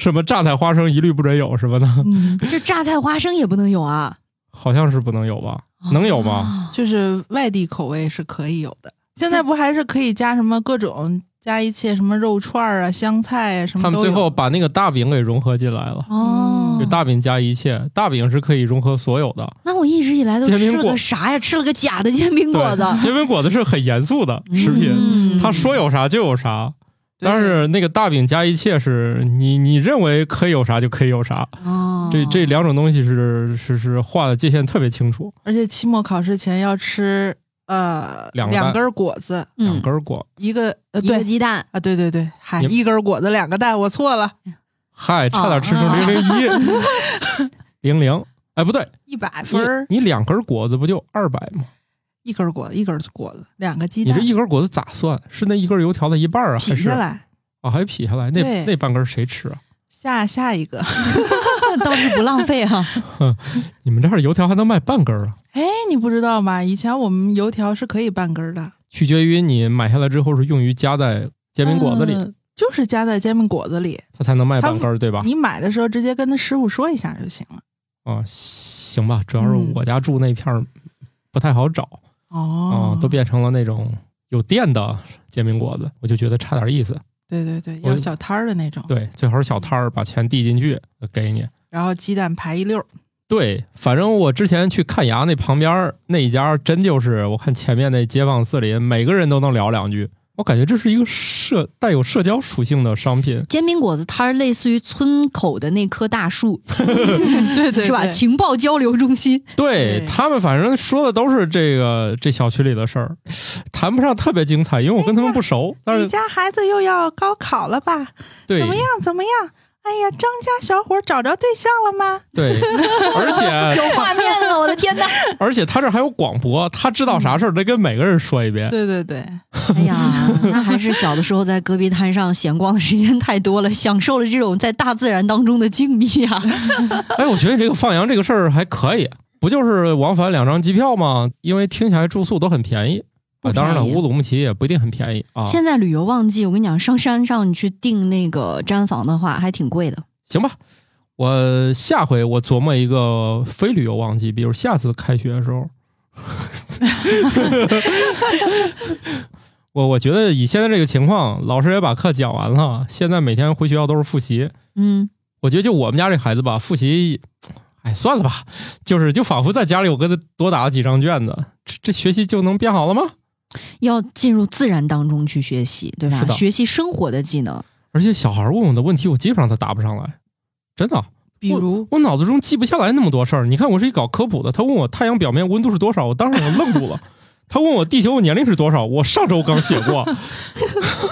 Speaker 1: 什么榨菜花生一律不准有，什么的，
Speaker 3: 嗯，
Speaker 2: 这榨菜花生也不能有啊？
Speaker 1: 好像是不能有吧？
Speaker 3: 哦
Speaker 1: 能有吗？
Speaker 2: 啊
Speaker 3: 就是外地口味是可以有的。现在不还是可以加什么各种加一切什么肉串儿啊、香菜啊什么
Speaker 1: 他们
Speaker 3: 都
Speaker 1: 最
Speaker 3: 有。嗯
Speaker 1: 后把那个大饼给融合进来了。
Speaker 2: 哦
Speaker 1: 就，大饼加一切，大饼是可以融合所有的。
Speaker 2: 那我一直以来都
Speaker 1: 煎饼
Speaker 2: 吃了
Speaker 1: 果
Speaker 2: 个啥呀？吃了个假的煎饼 果子。
Speaker 1: 对煎饼果子是很严肃的食品，
Speaker 2: 嗯
Speaker 1: 他说有啥就有啥。
Speaker 3: 对
Speaker 1: 但是那个大饼加一切是你你认为可以有啥就可以有啥，
Speaker 2: 哦，
Speaker 1: 这这两种东西是是是画的界限特别清楚。
Speaker 3: 而且期末考试前要吃呃
Speaker 1: 两个蛋
Speaker 3: 两根儿果子，
Speaker 1: 两
Speaker 2: 嗯，
Speaker 1: 根果，
Speaker 3: 一个呃
Speaker 2: 一个
Speaker 3: 对
Speaker 2: 鸡蛋，
Speaker 3: 啊对对对，嗨
Speaker 1: 你
Speaker 3: 一根儿果子两个蛋，我错了，哦
Speaker 1: 嗨，差点吃成零零一 零零。哎，不对，
Speaker 3: 一百
Speaker 1: 你
Speaker 3: 分儿
Speaker 1: 你两根果子不就二百吗？
Speaker 3: 一根儿果子一根儿果子两个鸡
Speaker 1: 你
Speaker 3: 蛋
Speaker 1: 这一根果子咋算？是那一根油条的一半 儿啊，还
Speaker 3: 劈
Speaker 1: 是
Speaker 3: 下
Speaker 1: 啊
Speaker 3: 来
Speaker 1: 还劈下来？那
Speaker 3: 对
Speaker 1: 那半根谁吃啊？
Speaker 3: 下下一个。
Speaker 2: 倒是不浪费哈。
Speaker 1: 你们这儿油条还能卖半根儿啊？
Speaker 3: 哎，你不知道吗？以前我们油条是可以半根儿的，
Speaker 1: 取决于你买下来之后是用于加在煎饼果子里，
Speaker 3: 嗯就是加在煎饼果子里。
Speaker 1: 它才能卖半根儿，对吧？
Speaker 3: 你买的时候直接跟他师傅说一下就行了。
Speaker 1: 啊，行吧，主要是
Speaker 3: 嗯
Speaker 1: 我家住那片儿不太好找，啊、
Speaker 3: 哦，
Speaker 1: 都变成了那种有店的煎饼果子，我就觉得差点意思。
Speaker 3: 对对对，
Speaker 1: 我
Speaker 3: 有小摊儿的那种，
Speaker 1: 对，最好是小摊儿把钱递进去呃给你。
Speaker 3: 然后鸡蛋排一 溜儿，
Speaker 1: 对，反正我之前去看牙那旁边儿那一家，真就是我看前面那街坊四邻，每个人都能聊两句。我感觉这是一个社带有社交属性的商品，
Speaker 2: 煎饼果子摊儿类似于村口的那棵大树，
Speaker 3: 对对
Speaker 2: 是吧？情报交流中心，
Speaker 1: 对
Speaker 3: 对
Speaker 1: 他们，反正说的都是这个这小区里的事儿，谈不上特别精彩，因为我跟他们不熟。但
Speaker 3: 哎你
Speaker 1: 是
Speaker 3: 家孩子又要高考了吧？
Speaker 1: 对
Speaker 3: 怎么样？怎么样？哎呀，张家小伙找着对象了吗？
Speaker 1: 对，而且
Speaker 2: 有画面了，我的天哪！
Speaker 1: 而且他这还有广播，他知道啥事儿得跟每个人说一遍。
Speaker 3: 对对对，
Speaker 2: 哎呀，那还是小的时候在戈壁滩上闲逛的时间太多了，享受了这种在大自然当中的静谧啊。
Speaker 1: 哎，我觉得你这个放羊这个事儿还可以，不就是往返两张机票吗？因为听起来住宿都很便宜。
Speaker 2: 不
Speaker 1: 啊，当然了，
Speaker 2: 便宜
Speaker 1: 乌鲁木齐也不一定很便宜啊。
Speaker 2: 现在旅游旺季，我跟你讲，上山上你去订那个毡房的话，还挺贵的。
Speaker 1: 行吧，我下回我琢磨一个非旅游旺季，比如下次开学的时候，我我觉得以现在这个情况，老师也把课讲完了，现在每天回学校都是复习。
Speaker 2: 嗯，
Speaker 1: 我觉得就我们家这孩子吧，复习，哎，算了吧，就是就仿佛在家里我跟他多打了几张卷子，这这学习就能变好了吗？
Speaker 2: 要进入自然当中去学习，对吧
Speaker 1: 是？的
Speaker 2: 学习生活的技能。
Speaker 1: 而且小孩问我的问题，我基本上他答不上来，真的。
Speaker 3: 比如
Speaker 1: 我脑子中记不下来那么多事儿。你看，我是一搞科普的，他问我太阳表面温度是多少，我当时我愣住了。他问我地球年龄是多少，我上周刚写过，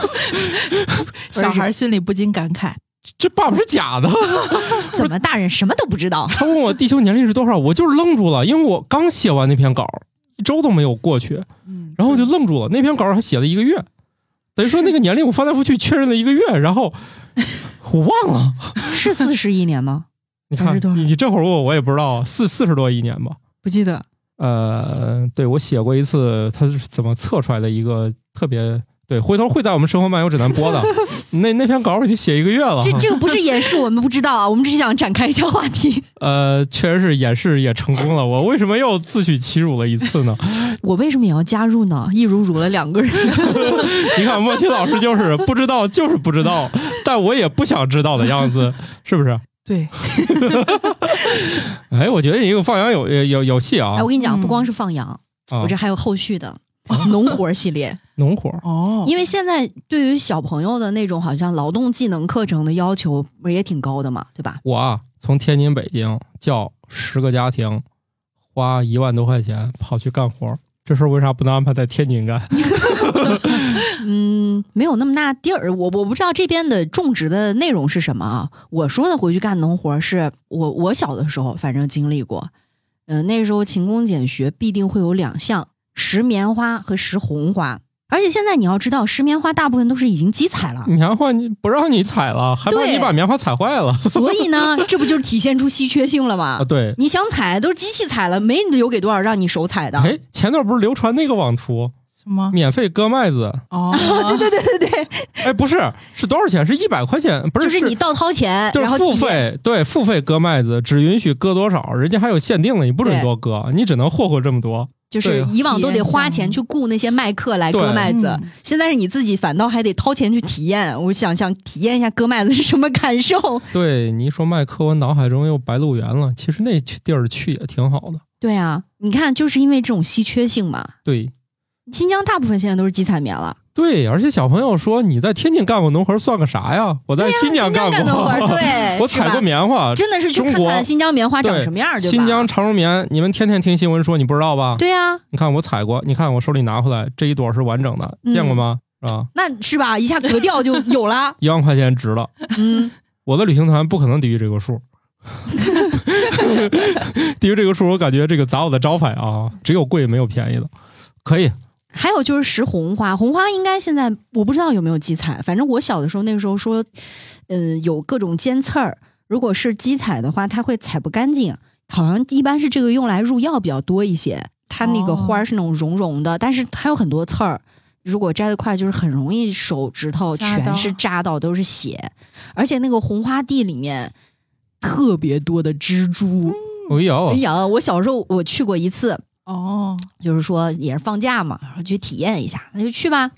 Speaker 3: 小孩心里不禁感慨，
Speaker 1: 这爸爸是假的。
Speaker 2: 怎么大人什么都不知道？
Speaker 1: 他问我地球年龄是多少，我就是愣住了，因为我刚写完那篇稿，一周都没有过去，
Speaker 3: 嗯，
Speaker 1: 然后我就愣住了。那篇稿还写了一个月，等于说那个年龄我翻来覆去确认了一个月，然后 我忘了。
Speaker 2: 是四十一年吗？
Speaker 1: 你
Speaker 2: 还
Speaker 1: 看
Speaker 2: 是多，少
Speaker 1: 你你这会儿问我，我也不知道，四四十多一年吧。
Speaker 2: 不记得。
Speaker 1: 呃，对我写过一次，它是怎么测出来的一个特别对，回头会在我们《生活漫游指南》 播的。那那篇稿我已经写一个月了，
Speaker 2: 这这个不是掩饰，我们不知道啊，我们只是想展开一下话题。
Speaker 1: 呃，确实是演示也成功了。我为什么又自取其辱了一次呢？
Speaker 2: 我为什么也要加入呢？一如辱了两个人，
Speaker 1: 你看莫奇老师就是不知道，就是不知道，但我也不想知道的样子，是不是？
Speaker 3: 对，
Speaker 1: 哎，我觉得你这个放羊有有有有戏啊
Speaker 2: 哎，我跟你讲，
Speaker 3: 嗯
Speaker 2: 不光是放羊，
Speaker 1: 啊
Speaker 2: 我这！还有后续的。农活儿系列，
Speaker 1: 农活儿
Speaker 3: 哦，
Speaker 2: 因为现在对于小朋友的那种好像劳动技能课程的要求不是也挺高的嘛，对吧？
Speaker 1: 我啊，从天津、北京叫十个家庭，花一万多块钱跑去干活儿，这事儿为啥不能安排在天津干？
Speaker 2: 嗯，没有那么大地儿，我我不知道这边的种植的内容是什么啊。我说的回去干农活儿是我我小的时候反正经历过，嗯、那时候勤工俭学必定会有两项，石棉花和石红花。而且现在你要知道，石棉花大部分都是已经机采了，
Speaker 1: 棉花你不让你采了，还怕
Speaker 2: 对
Speaker 1: 你把棉花采坏 了
Speaker 2: 所 以呢，这不就是体现出稀缺性了
Speaker 1: 啊？
Speaker 2: 吗？
Speaker 1: 对，
Speaker 2: 你想采都是机器采了，没你的油给多少让你手采的。
Speaker 1: 哎，前段不是流传那个网图，
Speaker 3: 什么？
Speaker 1: 免费割麦子？
Speaker 3: 哦，对对对，
Speaker 1: 哎，不是，是多少钱？是一百块钱？不是，
Speaker 2: 就是你倒掏钱，
Speaker 1: 就是
Speaker 2: 然后
Speaker 1: 付
Speaker 2: 体验
Speaker 1: 费，对，付费割麦子，只允许割多少，人家还有限定的，你不准多割，你只能霍霍这么多。
Speaker 2: 就是
Speaker 1: 对
Speaker 2: 以往都得花
Speaker 3: 体验项
Speaker 2: 钱
Speaker 3: 目
Speaker 2: 去雇那些麦客来割
Speaker 1: 对
Speaker 2: 麦子
Speaker 3: 嗯，
Speaker 2: 现在是你自己反倒还得掏钱去体验。我想想体验一下割麦子是什么感受。
Speaker 1: 对，你一说麦克，我脑海中又白鹿原了。其实那去地儿去也挺好的。
Speaker 2: 对啊，你看，就是因为这种稀缺性嘛，
Speaker 1: 对，
Speaker 2: 新疆大部分现在都是机采棉了。
Speaker 1: 对，而且小朋友说你在天津干过农活算个啥哎呀？我在新疆干
Speaker 2: 哎新
Speaker 1: 过，
Speaker 2: 疆农活 儿，对，
Speaker 1: 我
Speaker 2: 是吧
Speaker 1: 采过棉花。
Speaker 2: 真的是去看
Speaker 1: 中国
Speaker 2: 看新疆棉花长
Speaker 1: 对
Speaker 2: 什么样儿，对吧？
Speaker 1: 新疆长绒棉，你们天天听新闻说，你不知道吧？
Speaker 2: 对啊，
Speaker 1: 你看我采过，你看我手里拿回来这一朵是完整的，
Speaker 2: 嗯
Speaker 1: 见过吗？啊，，
Speaker 2: 那是吧？一下格调就有了
Speaker 1: 一万块钱值了。
Speaker 2: 嗯。
Speaker 1: 我的旅行团不可能低于这个 数，低于这个数，我感觉这个砸我的招牌啊！只有贵没有便宜的，可以。
Speaker 2: 还有就是石红花，红花应该现在我不知道有没有机采，反正我小的时候那个时候说，嗯、有各种尖刺儿，如果是机采的话，它会采不干净，好像一般是这个用来入药比较多一些。它那个
Speaker 3: 哦
Speaker 2: 花儿是那种绒绒的，但是它有很多刺儿，如果摘得快，就是很容易手指头
Speaker 3: 扎到
Speaker 2: 全是扎到，都是血，而且那个红花地里面特别多的蜘蛛。
Speaker 1: 哎
Speaker 2: 哎
Speaker 1: 呦，
Speaker 2: 呀，我小时候我去过一次，
Speaker 3: 哦，
Speaker 2: 就是说也是放假嘛，然后去体验一下，那就去吧。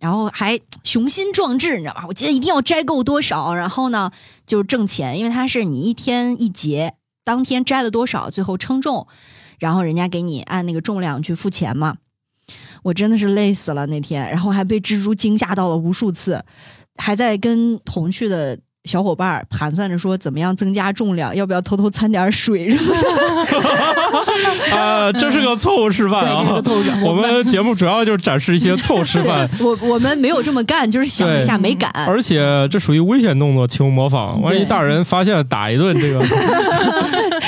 Speaker 2: 然后还雄心壮志，你知道吧？我今天一定要摘够多少，然后呢就挣钱，因为它是你一天一节，当天摘了多少，最后称重，然后人家给你按那个重量去付钱嘛。我真的是累死了那天，然后还被蜘蛛惊吓到了无数次，还在跟同去的小伙伴儿盘算着说怎么样增加重量，要不要偷偷掺点水什么的。
Speaker 1: 啊，这是个错误示范
Speaker 2: 对，这是
Speaker 1: 啊
Speaker 2: 个！错误转换
Speaker 1: 我们节目主要就是嗯展示一些错误示范，
Speaker 2: 对我我们没有这么干，就是想一下没敢。
Speaker 1: 而且这属于危险动作，请勿模仿。万一
Speaker 2: 啊对
Speaker 1: 大人发现打一顿，这 个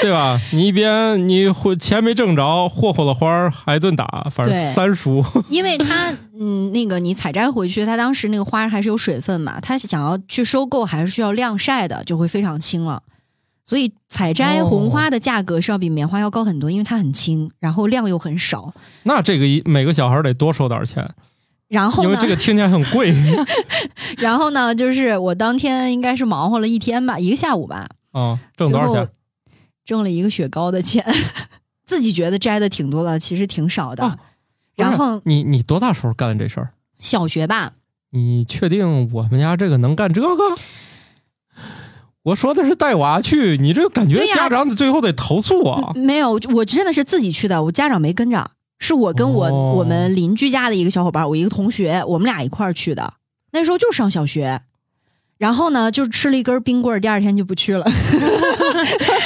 Speaker 1: 对吧？你一边你会钱没挣着，霍霍了花儿，挨顿打，反正
Speaker 2: 对
Speaker 1: 三叔
Speaker 2: 因为他嗯，那个你采摘回去，他当时那个花还是有水分嘛，他想要去收购还是需要晾晒的，就会非常轻了。所以采摘
Speaker 1: 哦
Speaker 2: 红花的价格是要比棉花要高很多，因为它很轻，然后量又很少。
Speaker 1: 那这个一每个小孩得多收点钱，
Speaker 2: 然后
Speaker 1: 因为
Speaker 2: 呢，
Speaker 1: 这个听起来很 贵
Speaker 2: 然后呢，就是我当天应该是忙活了一天吧，一个下午吧，
Speaker 1: 啊！挣多少
Speaker 2: 最
Speaker 1: 钱
Speaker 2: 后？挣了一个雪糕的钱， 自己觉得摘的挺多的，其实挺少的。
Speaker 1: 哦不是
Speaker 2: 然后
Speaker 1: 你你多大时候干的这事儿？
Speaker 2: 小学吧，
Speaker 1: 你确定我们家这个能干这个？我说的是带娃去，你这感觉
Speaker 2: 对呀
Speaker 1: 家长最后得投诉啊！
Speaker 2: 没有，我真的是自己去的，我家长没跟着，是我跟我、
Speaker 1: 哦
Speaker 2: 我们邻居家的一个小伙伴，我一个同学，我们俩一块儿去的。那时候就上小学，然后呢，就吃了一根冰棍儿，第二天就不去 了。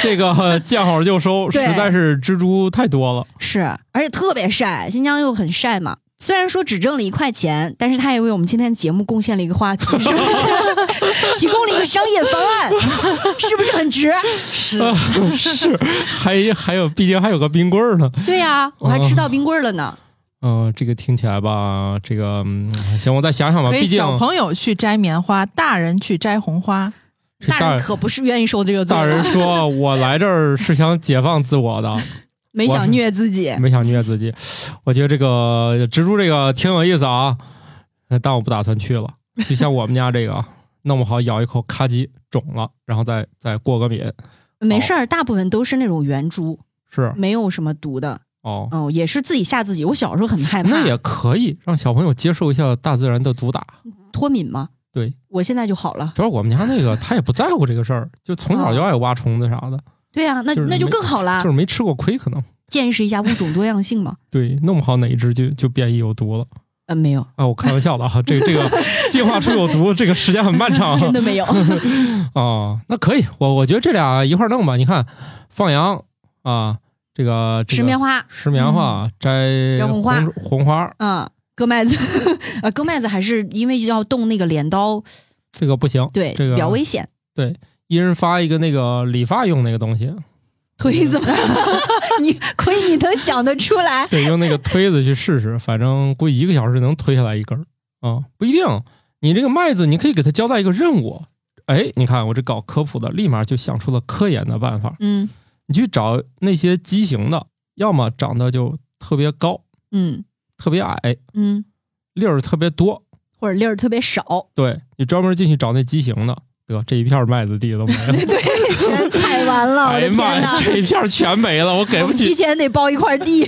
Speaker 1: 这个见好就收，实
Speaker 2: 对
Speaker 1: 在是蜘蛛太多了。
Speaker 2: 是，而且特别晒，新疆又很晒嘛。虽然说只挣了一块钱，但是他也为我们今天的节目贡献了一个 话题，是吧提供了一个商业方案，是不是很值？
Speaker 1: 是，还还有，毕竟还有个冰棍儿呢。
Speaker 2: 对呀、我还吃到冰棍儿了呢。
Speaker 1: 嗯、这个听起来吧，这个、嗯、行，我再想想吧。
Speaker 3: 可以
Speaker 1: 毕竟
Speaker 3: 小朋友去摘棉花，大人去摘红花。
Speaker 1: 是
Speaker 2: 大
Speaker 1: 大
Speaker 2: 人可不是愿意受这个罪
Speaker 1: 大人
Speaker 2: 的，
Speaker 1: 说，我来这儿是想解放自我的，
Speaker 2: 没
Speaker 1: 我
Speaker 2: 想虐自己。
Speaker 1: 没想虐自己。我觉得这个蜘蛛这个挺有意思啊，呃但我不打算去了。就像我们家这个 啊，弄不好咬一口咔叽肿了，然后再再过个敏。
Speaker 2: 没事儿，大部分都是那种圆珠，
Speaker 1: 是
Speaker 2: 没有什么毒的。
Speaker 1: 哦，
Speaker 2: 嗯，也是自己吓自己。我小时候很害怕
Speaker 1: 那，也可以让小朋友接受一下大自然的毒打。
Speaker 2: 脱敏嘛。
Speaker 1: 对，
Speaker 2: 我现在就好了。
Speaker 1: 主要我们家那个他也不在乎这个事儿，就从小就爱挖虫子啥的，
Speaker 2: 对啊，那
Speaker 1: 就是
Speaker 2: 那就
Speaker 1: 没
Speaker 2: 更好啦
Speaker 1: 就，是没吃过亏，可能
Speaker 2: 见识一下物种多样性嘛。
Speaker 1: 对，弄不好哪一只就就变异有毒了
Speaker 2: 嗯，没有，
Speaker 1: 啊！我开玩笑的 啊，这个这个进化出有毒，这个时间很漫长
Speaker 2: 真
Speaker 1: 啊
Speaker 2: 的没 有。
Speaker 1: 啊。那可以，我我觉得这俩一块儿弄吧。你看，放羊啊，这个这
Speaker 2: 石
Speaker 1: 个
Speaker 2: 棉花，嗯
Speaker 1: 石棉花摘
Speaker 2: 摘红花
Speaker 1: 红红花，
Speaker 2: 嗯，割麦子，啊，割麦子还是因为要动那个镰刀，
Speaker 1: 这个不行，
Speaker 2: 对，
Speaker 1: 这个
Speaker 2: 比较危险。
Speaker 1: 一人发一个那个理发用那个东西，
Speaker 2: 推子嘛， 你亏你能想得出来。
Speaker 1: 对，用那个推子去试试，反正估计一个小时能推下来一根儿啊、不一定。你这个麦子，你可以给它交代一个任务。哎，你看我这搞科普的，立马就想出了科研的办法。
Speaker 2: 嗯
Speaker 1: 你去找那些畸形的，要么长得就特别高、
Speaker 2: 嗯
Speaker 1: 特别矮，
Speaker 2: 嗯，
Speaker 1: 粒儿特别多。
Speaker 2: 或者粒儿特别少，
Speaker 1: 对你专门进去找那畸形的，得这一片麦子地都没 了。
Speaker 2: 全踩完了，我
Speaker 1: 哎
Speaker 2: 的
Speaker 1: 呀
Speaker 2: 天
Speaker 1: 妈
Speaker 2: 哪
Speaker 1: 呀，！这一片全没了，我给不
Speaker 2: 我们
Speaker 1: 起
Speaker 2: 提前得包一块地。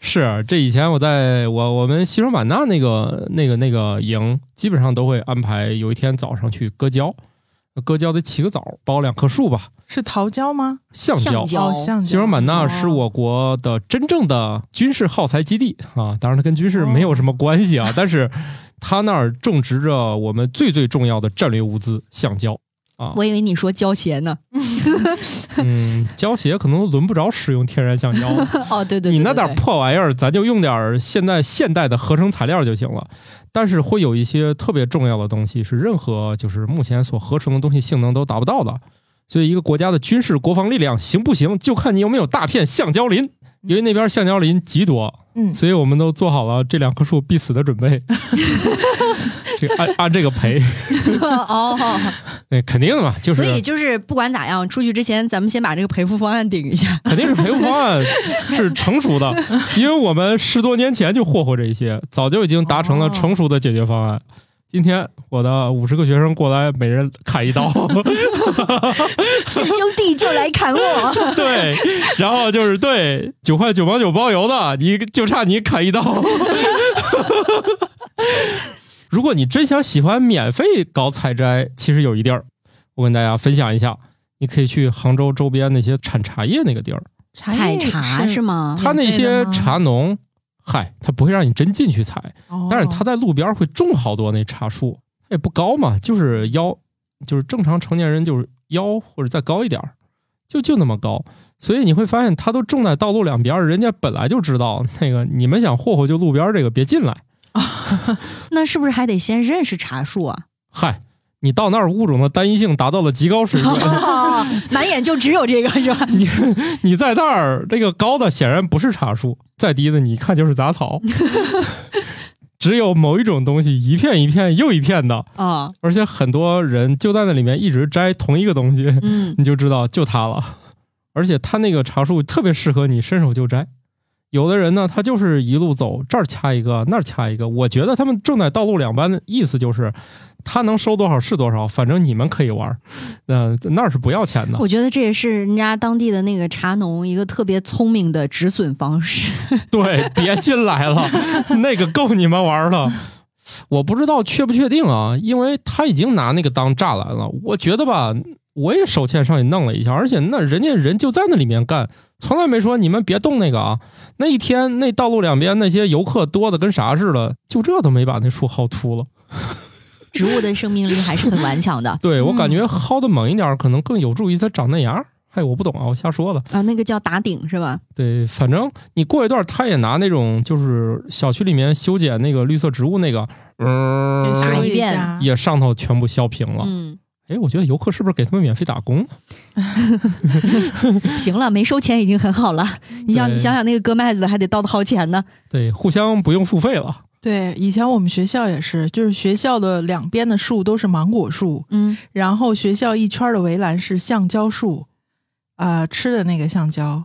Speaker 1: 是，这以前我在我我们西双版纳那个那个那个营，基本上都会安排有一天早上去割胶，割胶得起个早，包两棵树吧，
Speaker 3: 是桃胶吗？
Speaker 1: 橡胶
Speaker 2: 橡。胶
Speaker 3: 哦，橡胶。哦
Speaker 1: 西双版纳是我国的真正的军事耗材基地啊，当然它跟军事没有什么关系啊，但是它那儿种植着我们最最重要的战略物资橡胶啊，
Speaker 2: 我以为你说胶鞋 呢。
Speaker 1: 嗯，胶鞋可能都轮不着使用天然橡胶了。
Speaker 2: 哦，对对对
Speaker 1: 你那
Speaker 2: 对
Speaker 1: 点儿
Speaker 2: 对
Speaker 1: 破玩意儿，咱就用点儿现在现代的合成材料就行了。但是会有一些特别重要的东西，是任何就是目前所合成的东西性能都达不到的。所以，一个国家的军事国防力量行不行，就看你有没有大片橡胶
Speaker 2: 嗯
Speaker 1: 林。因为那边橡胶林极多，
Speaker 3: 嗯，
Speaker 1: 所以我们都做好了这两棵树必死的准 备。这个按按这个赔，
Speaker 2: 哦，好好
Speaker 1: 那肯定的嘛，就是
Speaker 2: 所以 就是不管咋样，出去之前咱们先把这个赔付方案顶一下。
Speaker 1: 肯定是赔付方案是成熟的，因为我们十多年前就霍霍这一些，早就已经达成了成熟的解决方案。今天我的五十个学生过来，每人砍一刀。
Speaker 4: 是兄弟就来砍我。
Speaker 1: 对，然后就是对九块九毛九包邮的，你就差你砍一刀。 如果你真想喜欢免费搞采摘，其实有一地儿，我跟大家分享一下，你可以去杭州周边那些产茶叶那个地儿，
Speaker 2: 采
Speaker 3: 叶
Speaker 2: 茶哎是
Speaker 3: 吗？
Speaker 2: 吗？
Speaker 1: 他那
Speaker 3: 免费
Speaker 1: 些
Speaker 3: 的吗
Speaker 1: 茶农，嗨，他不会让你真进去采，
Speaker 3: 哦
Speaker 1: 但是他在路边儿会种好多那茶树，也不高嘛，就是腰，就是正常成年人就是腰或者再高一点儿，就就那么高。所以你会发现，他都种在道路两边儿，人家本来就知道那个你们想霍霍就路边儿这个别进来。
Speaker 2: 那是不是还得先认识茶树啊？
Speaker 1: 嗨，你到那儿物种的单一性达到了极高水准，
Speaker 2: 哦，满眼就只有这个是 吧？
Speaker 1: 你你在那儿那个高的显然不是茶树，再低的你一看就是杂草。只有某一种东西一片一片又一片的，
Speaker 2: 哦，
Speaker 1: 而且很多人就在那里面一直摘同一个东西，
Speaker 2: 嗯，
Speaker 1: 你就知道就它了。而且它那个茶树特别适合你伸手就摘。有的人呢，他就是一路走，这儿掐一个，那儿掐一个。我觉得他们正在道路两班的意思就是，他能收多少是多少，反正你们可以玩儿。那、那儿是不要钱的。
Speaker 2: 我觉得这也是人家当地的那个茶农一个特别聪明的止损方式。
Speaker 1: 对，别进来了，那个够你们玩儿了。我不知道确不确定啊，因为他已经拿那个当栅栏了。我觉得吧，我也手欠上去弄了一下，而且那人家人就在那里面干，从来没说你们别动那个啊。那一天那道路两边那些游客多的跟啥似的，就这都没把那树薅秃了。
Speaker 2: 植物的生命力还是很顽强的
Speaker 1: 对我感觉薅的猛一点儿，可能更有助于它长嫩芽儿。嗨，我不懂啊，我瞎说的。
Speaker 2: 啊，那个叫打顶是吧？
Speaker 1: 对，反正你过一段儿，他也拿那种就是小区里面修剪那个绿色植物那个，嗯、
Speaker 3: 给
Speaker 2: 打
Speaker 3: 修
Speaker 2: 一遍
Speaker 3: 下
Speaker 1: 也上头全部削平了。
Speaker 2: 嗯，
Speaker 1: 哎、我觉得游客是不是给他们免费打工？
Speaker 2: 行了，没收钱已经很好了。你想，
Speaker 1: 对
Speaker 2: 你想想那个割麦子的还得倒掏钱呢。
Speaker 1: 对，互相不用付费了。
Speaker 3: 对，以前我们学校也是，就是学校的两边的树都是芒果树，
Speaker 2: 嗯，
Speaker 3: 然后学校一圈的围栏是橡胶树，啊、吃的那个橡 胶，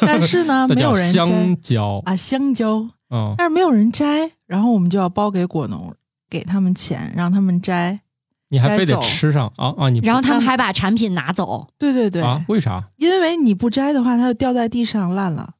Speaker 3: 但是呢，
Speaker 1: 那
Speaker 3: 啊没有
Speaker 1: 叫
Speaker 3: 人摘
Speaker 1: 香蕉
Speaker 3: 啊，香蕉，
Speaker 1: 啊、嗯
Speaker 3: 但是没有人摘，然后我们就要包给果农，给他们钱让他们摘。
Speaker 1: 你还非
Speaker 3: 摘
Speaker 1: 得
Speaker 3: 走
Speaker 1: 吃上啊啊！你不
Speaker 2: 然后他们还把产品拿走，
Speaker 3: 对对对，
Speaker 1: 啊？为啥？
Speaker 3: 因为你不摘的话，它就掉在地上烂了。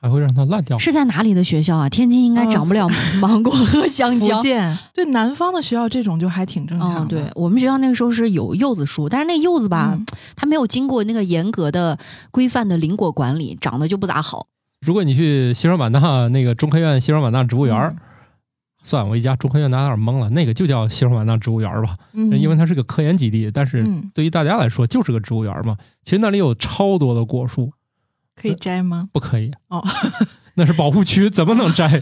Speaker 1: 还会让它烂掉？
Speaker 2: 是在哪里的学校啊？天津应该长不了 芒果和香蕉
Speaker 3: 福。建对南方的学校这种就还挺正
Speaker 2: 嗯，
Speaker 1: 哦
Speaker 3: 常的。
Speaker 2: 对我们学校那个时候是有柚子树，但是那个柚子吧，
Speaker 3: 嗯
Speaker 2: 它没有经过那个严格的规范的林果管理，长得就不咋好。
Speaker 1: 如果你去西双版纳那个中科院西双版纳植物园儿，算我一家中科院大家有点懵了，那个就叫西双版纳植物园儿吧。
Speaker 3: 嗯，
Speaker 1: 因为它是个科研基地，但是
Speaker 3: 嗯
Speaker 1: 对于大家来说就是个植物园儿嘛。其实那里有超多的果树，
Speaker 3: 可以 摘吗？
Speaker 1: 不可以
Speaker 3: 哦，
Speaker 1: 那是保护区，怎么能摘？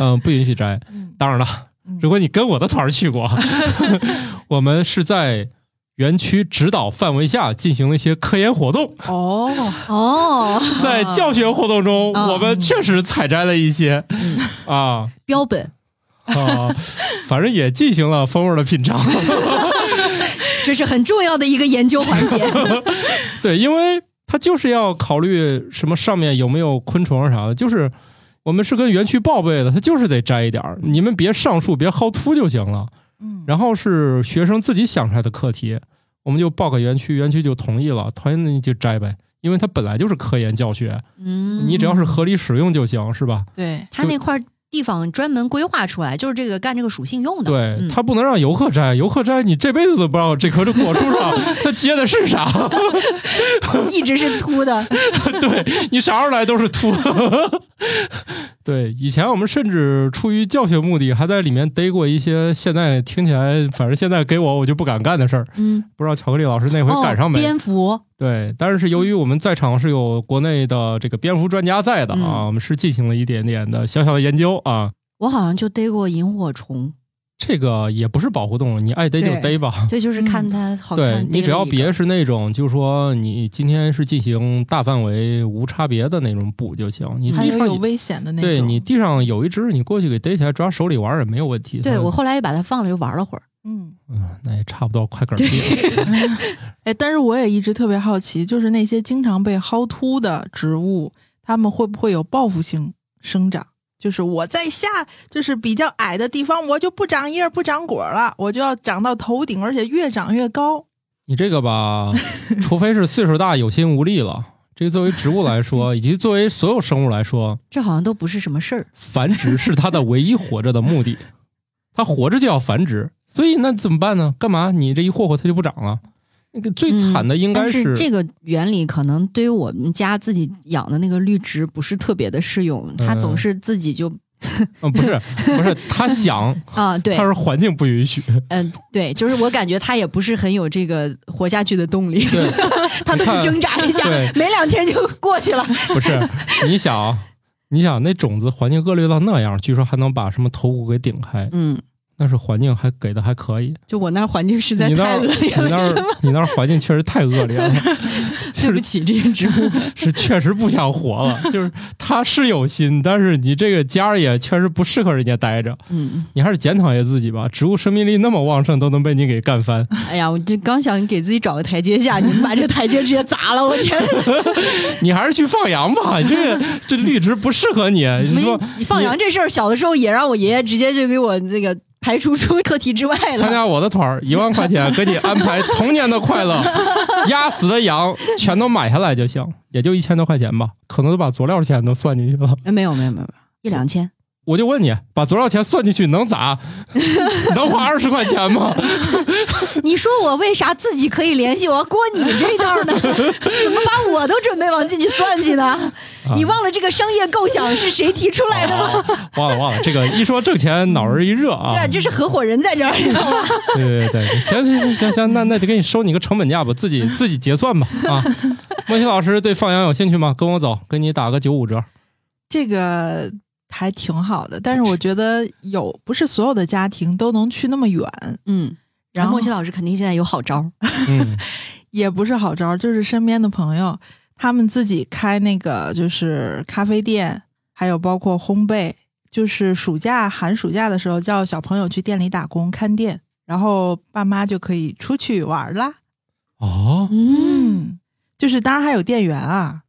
Speaker 1: 嗯，不允许摘。
Speaker 3: 嗯
Speaker 1: 当然了
Speaker 3: 嗯，
Speaker 1: 如果你跟我的团儿去 过，我们是在园区指导范围下进行了一些科研活 动，
Speaker 3: 哦，
Speaker 2: 哦，
Speaker 1: 在教学活动中，
Speaker 2: 啊
Speaker 1: 我们确实采摘了一些
Speaker 2: 嗯
Speaker 1: 啊。
Speaker 2: 标本，
Speaker 1: 啊，反正也进行了风味的品尝。
Speaker 2: 这是很重要的一个研究环节。
Speaker 1: 对，因为它就是要考虑什么上面有没有昆虫啥的，就是我们是跟园区报备的，它就是得摘一点儿，你们别上树，别薅秃就行了。
Speaker 3: 嗯，
Speaker 1: 然后是学生自己想出来的课题，我们就报给园区，园区就同意了，同意那你就摘呗。因为它本来就是科研教学，
Speaker 2: 嗯，
Speaker 1: 你只要是合理使用就行，是吧？
Speaker 3: 对，
Speaker 2: 它那块儿地方专门规划出来，就是这个干这个属性用的。
Speaker 1: 对，
Speaker 2: 嗯
Speaker 1: 它不能让游客摘，游客摘你这辈子都不知道这棵果树上 它结的是啥。
Speaker 2: 一直是秃的。
Speaker 1: 对你啥时候来都是秃。 对，以前我们甚至出于教学目的，还在里面逮过一些现在听起来，反正现在给我我就不敢干的事儿。
Speaker 2: 嗯，
Speaker 1: 不知道巧克力老师那回
Speaker 2: 哦
Speaker 1: 赶上没？
Speaker 2: 蝙蝠，
Speaker 1: 对，但是由于我们在场是有国内的这个蝙蝠专家在的啊，
Speaker 2: 嗯
Speaker 1: 我们是进行了一点点的小小的研究啊。
Speaker 2: 我好像就逮过萤火虫，
Speaker 1: 这个也不是保护动物，你爱逮就
Speaker 2: 对
Speaker 1: 逮吧。
Speaker 2: 这就是看
Speaker 3: 嗯
Speaker 2: 它好看。
Speaker 1: 对你只要别，是那种，就是说你今天是进行大范围无差别的那种捕就行。你
Speaker 3: 还
Speaker 1: 嗯地
Speaker 3: 有
Speaker 1: 上
Speaker 3: 有
Speaker 1: 也
Speaker 3: 危险的那种。
Speaker 1: 对你地上有一只，你过去给逮起来抓手里玩儿也没有问题。
Speaker 2: 对
Speaker 1: 它
Speaker 2: 我后来也把它放了，又玩了会儿。
Speaker 3: 嗯，
Speaker 1: 嗯，那也差不多快嗝屁 了。
Speaker 3: 哎，但是我也一直特别好奇，就是那些经常被薅秃的植物，它们会不会有报复性生长？就是我在下，就是比较矮的地方，我就不长叶儿不长果儿了，我就要长到头顶，而且越长越高。
Speaker 1: 你这个吧，除非是岁数大有心无力了。这个作为植物来说，以及作为所有生物来说，
Speaker 2: 这好像都不是什么事儿。
Speaker 1: 繁殖是它的唯一活着的目的。它活着就要繁殖，所以那怎么办呢？干嘛你这一霍霍它就不长了？那个最惨的应该
Speaker 2: 嗯但
Speaker 1: 是、
Speaker 2: 这个原理可能对于我们家自己养的那个绿植不是特别的适用，它总是自己就
Speaker 1: 嗯，不是不是， 它想，
Speaker 2: 啊，对
Speaker 1: 它，是环境不允许。
Speaker 2: 嗯，对，就是我感觉它也不是很有这个活下去的动力，
Speaker 1: 对，
Speaker 2: 它都是挣扎一下
Speaker 1: 对，
Speaker 2: 没两天就过去了。
Speaker 1: 不 是，你想啊，你想那种子环境恶劣到那样，据说还能把什么头骨给顶开，
Speaker 2: 嗯，
Speaker 1: 那是环境还给的还可以。
Speaker 2: 就我那儿环境实在
Speaker 1: 你那
Speaker 2: 太
Speaker 1: 儿
Speaker 2: 恶劣
Speaker 1: 你那
Speaker 2: 了，
Speaker 1: 儿你那儿环境确实太恶 劣了，
Speaker 2: 对 不起这些植物。
Speaker 1: 是确实不想活了。就是他是有心，但是你这个家儿也确实不适合人家待着。
Speaker 2: 嗯，
Speaker 1: 你还是检讨一下自己吧，植物生命力那么旺盛，都能被你给干 翻。
Speaker 2: 哎呀，我就刚想给自己找个台阶下，你们把这台阶直接砸了，我 天！
Speaker 1: 你还是去放羊吧，你这个这绿植不适合你。你
Speaker 2: 没
Speaker 1: 说
Speaker 2: 放羊这事儿，小的时候也让我爷爷直接就给我那个排除出课题之外
Speaker 1: 参
Speaker 2: 了。
Speaker 1: 加我的团儿，一万块钱给你安排童年的快乐，压死的羊全都买下来就行，也就一千多块钱吧，可能都把佐料钱都算进去了。
Speaker 2: 哎，没有没有没有没有，一两千。
Speaker 1: 我就问你，把佐料钱算进去能咋？能花二十块钱吗？
Speaker 2: 你说我为啥自己可以联系我过你这道呢？ 怎么把我都准备往进去算计
Speaker 1: 啊
Speaker 2: 呢？你忘了这个商业构想是谁提出来的吗？
Speaker 1: 啊忘了忘了，这个一说挣钱脑仁一热啊
Speaker 2: 哦对、！啊，这是合伙人在这儿，你知道吗？
Speaker 1: 对对对，行行行行行，那那就给你收你个成本价吧，自己自己结算吧啊！莫西老师对放羊有兴趣吗？跟我走，给你打个九五折。
Speaker 3: 这个还挺好的，但是我觉得有不是所有的家庭都能去那么远，
Speaker 2: 嗯，
Speaker 3: 然后
Speaker 2: 莫西老师肯定现在有好招儿。
Speaker 1: 嗯，
Speaker 3: 也不是好招儿，就是身边的朋友，他们自己开那个就是咖啡店，还有包括烘焙，就是暑假寒暑假的时候叫小朋友去店里打工看店，然后爸妈就可以出去玩儿啦。
Speaker 1: 哦，
Speaker 2: 嗯，，
Speaker 3: 就是当然还有店员啊，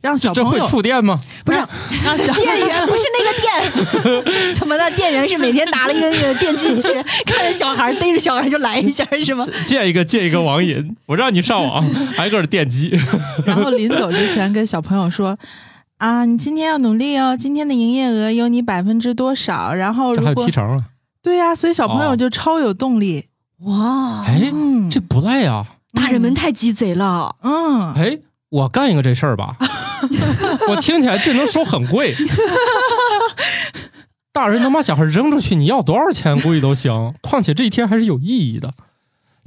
Speaker 3: 让小
Speaker 1: 这
Speaker 3: 朋
Speaker 1: 会
Speaker 3: 友
Speaker 1: 触电吗？
Speaker 2: 不是
Speaker 3: 让小
Speaker 2: 店员，不是那个店， 怎么的？店员是每天拿了一个那个电击 器，看着小孩儿逮着小孩儿就来一下儿是吗？
Speaker 1: 借一个借一个网 瘾，我让你上网，挨个儿电击。
Speaker 3: 然后临走之前跟小朋友说。 啊，你今天要努力哦！今天的营业额有你百分之多少？然 后
Speaker 1: 这
Speaker 3: 如
Speaker 1: 还有
Speaker 3: 果
Speaker 1: 提成啊？
Speaker 3: 对呀、所以小朋友
Speaker 1: 哦
Speaker 3: 就超有动力。
Speaker 2: 哇
Speaker 1: 哎，
Speaker 3: 嗯
Speaker 1: 这不赖啊！
Speaker 2: 大人们太鸡贼了，
Speaker 3: 嗯，
Speaker 1: 哎，我干一个这事儿 吧，我听起来这能收很贵。大人能把小孩扔出去，你要多少钱估计都行。况且这一天还是有意义的。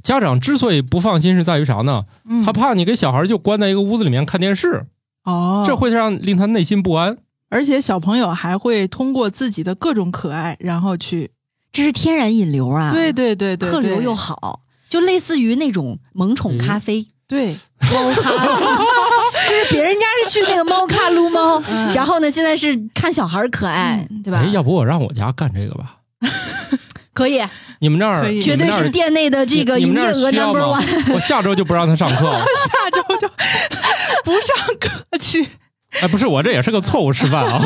Speaker 1: 家长之所以不放心，是在于啥呢？
Speaker 3: 嗯
Speaker 1: 他怕你给小孩就关在一个屋子里面看电视，
Speaker 3: 哦，
Speaker 1: 这会让令他内心不安。
Speaker 3: 而且小朋友还会通过自己的各种可爱，然后去，
Speaker 2: 这是天然引流啊，
Speaker 3: 对对对对，
Speaker 2: 客流
Speaker 3: 对
Speaker 2: 又好，就类似于那种萌宠咖啡。
Speaker 3: 对，
Speaker 2: 猫咖，嗯 就是别人家是去那个猫咖撸猫，
Speaker 3: 嗯
Speaker 2: 然后呢，现在是看小孩儿可爱，对吧
Speaker 1: 哎，？要不我让我家干这个吧？
Speaker 2: 可以，
Speaker 1: 你们那儿
Speaker 3: 可以
Speaker 1: 你
Speaker 2: 绝
Speaker 1: 们
Speaker 2: 对
Speaker 1: 那儿
Speaker 2: 是店内的这个
Speaker 1: 你
Speaker 2: 营
Speaker 1: 们
Speaker 2: 业
Speaker 1: 那儿
Speaker 2: 额
Speaker 1: 需要
Speaker 2: number
Speaker 1: 吗
Speaker 2: one。？
Speaker 1: 我下周就不让他上课啊 了。
Speaker 3: 下周就 不上课去，
Speaker 1: 哎，不是，我这也是个错误示范 啊！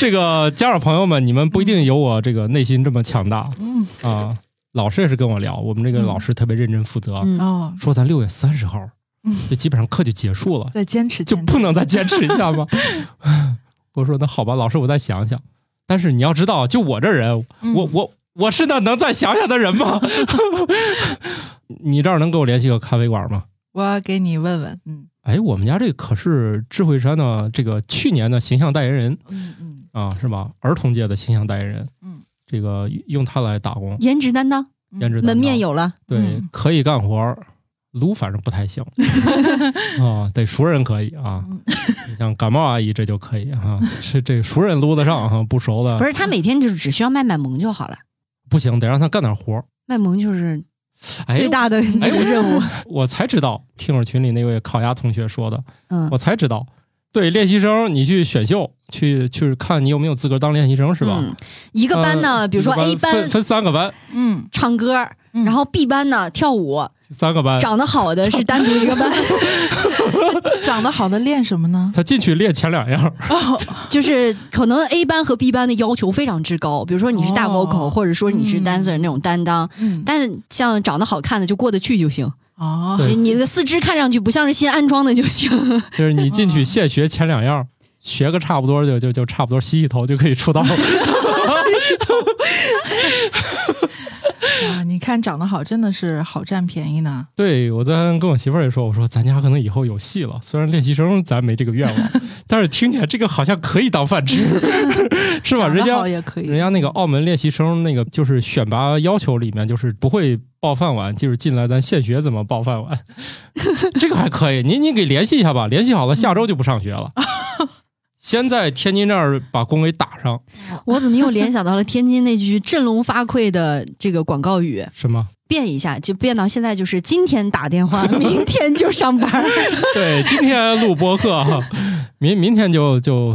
Speaker 1: 这个家长朋友们，你们不一定有我这个内心这么强大
Speaker 3: 嗯，
Speaker 1: 啊。老师也是跟我聊，我们这个老师特别认真负责，
Speaker 2: 嗯，
Speaker 3: 哦，
Speaker 1: 说咱六月三十号
Speaker 3: 嗯，
Speaker 1: 就基本上课就结束了，
Speaker 3: 再坚持，
Speaker 1: 就
Speaker 3: 坚持
Speaker 1: 不能再坚持一下 吗？我说那好吧，老师，我再想想。但是你要知道，就我这人，
Speaker 2: 嗯
Speaker 1: 我我我是那能再想想的人吗？ 你这儿能给我联系个咖啡馆吗？
Speaker 3: 我给你问问，嗯
Speaker 1: 哎，我们家这可是智慧山的这个去年的形象代言人。
Speaker 3: 嗯嗯
Speaker 1: 啊，是吧？儿童界的形象代言人，
Speaker 3: 嗯，
Speaker 1: 这个用它来打工，
Speaker 2: 颜值担当，
Speaker 3: 嗯
Speaker 1: 颜值担当
Speaker 2: 门面有了，
Speaker 1: 对，
Speaker 3: 嗯
Speaker 1: 可以干活儿，撸反正不太 行啊，得熟人可以啊
Speaker 3: 嗯，
Speaker 1: 你像感冒阿姨这就可以啊， 是这熟人撸得上哈，不熟的
Speaker 2: 不是他每天就是只需要卖卖萌就好了，
Speaker 1: 不行，得让他干点活儿。
Speaker 2: 卖萌就是
Speaker 1: 哎
Speaker 2: 最，大的这
Speaker 1: 哎
Speaker 2: 个任务。
Speaker 1: 我才知道，听友群里那位烤鸭同学说的，
Speaker 2: 嗯
Speaker 1: 我，才知道，对练习生你去选秀，去去看你有没有资格当练习生是吧？
Speaker 2: 嗯？一个班呢，
Speaker 1: 呃
Speaker 2: 比如说
Speaker 1: 一
Speaker 2: A
Speaker 1: 个分分三个班，
Speaker 3: 嗯
Speaker 2: 唱歌，
Speaker 3: 嗯
Speaker 2: 然后 B 班呢跳舞
Speaker 1: 三个班，
Speaker 2: 长得好的是单独一个 班，
Speaker 3: 长得好的练什么呢？
Speaker 1: 他进去练前两 样，
Speaker 2: 就是可能 A 班和 B 班的要求非常之高，比如说你是大
Speaker 3: 哦
Speaker 2: vocal，、或者说你是
Speaker 3: 嗯
Speaker 2: dancer 那种担当，
Speaker 3: 嗯，
Speaker 2: 但是像长得好看的就过得去就行，
Speaker 3: 哦，
Speaker 1: 对
Speaker 2: 你你的四肢看上去不像是新安装的就行。
Speaker 1: 就是你进去现学前两样，学个差不多就就就差不多洗洗头就可以出道。
Speaker 3: 啊你看长得好真的是好占便宜呢。
Speaker 1: 对我昨天跟我媳妇儿也说，我说咱家可能以后有戏了，虽然练习生咱没这个愿 望，但是听起来这个好像可以当饭吃，是吧？
Speaker 3: 长得
Speaker 1: 人家
Speaker 3: 好也可以，
Speaker 1: 人家那个澳门练习生那个就是选拔要求里面就是不会抱饭碗，就是进来咱现学怎么抱饭碗， 这个还可以。您您给联系一下吧，联系好了下周就不上学 了。先在天津这儿把工给打上，
Speaker 2: 我怎么又联想到了天津那句振聋发聩的这个广告语？
Speaker 1: 是吗？
Speaker 2: 变一下，就变到现在就是今天打电 话，明天就上班。
Speaker 1: 对，今天录播客哈， 明明天就就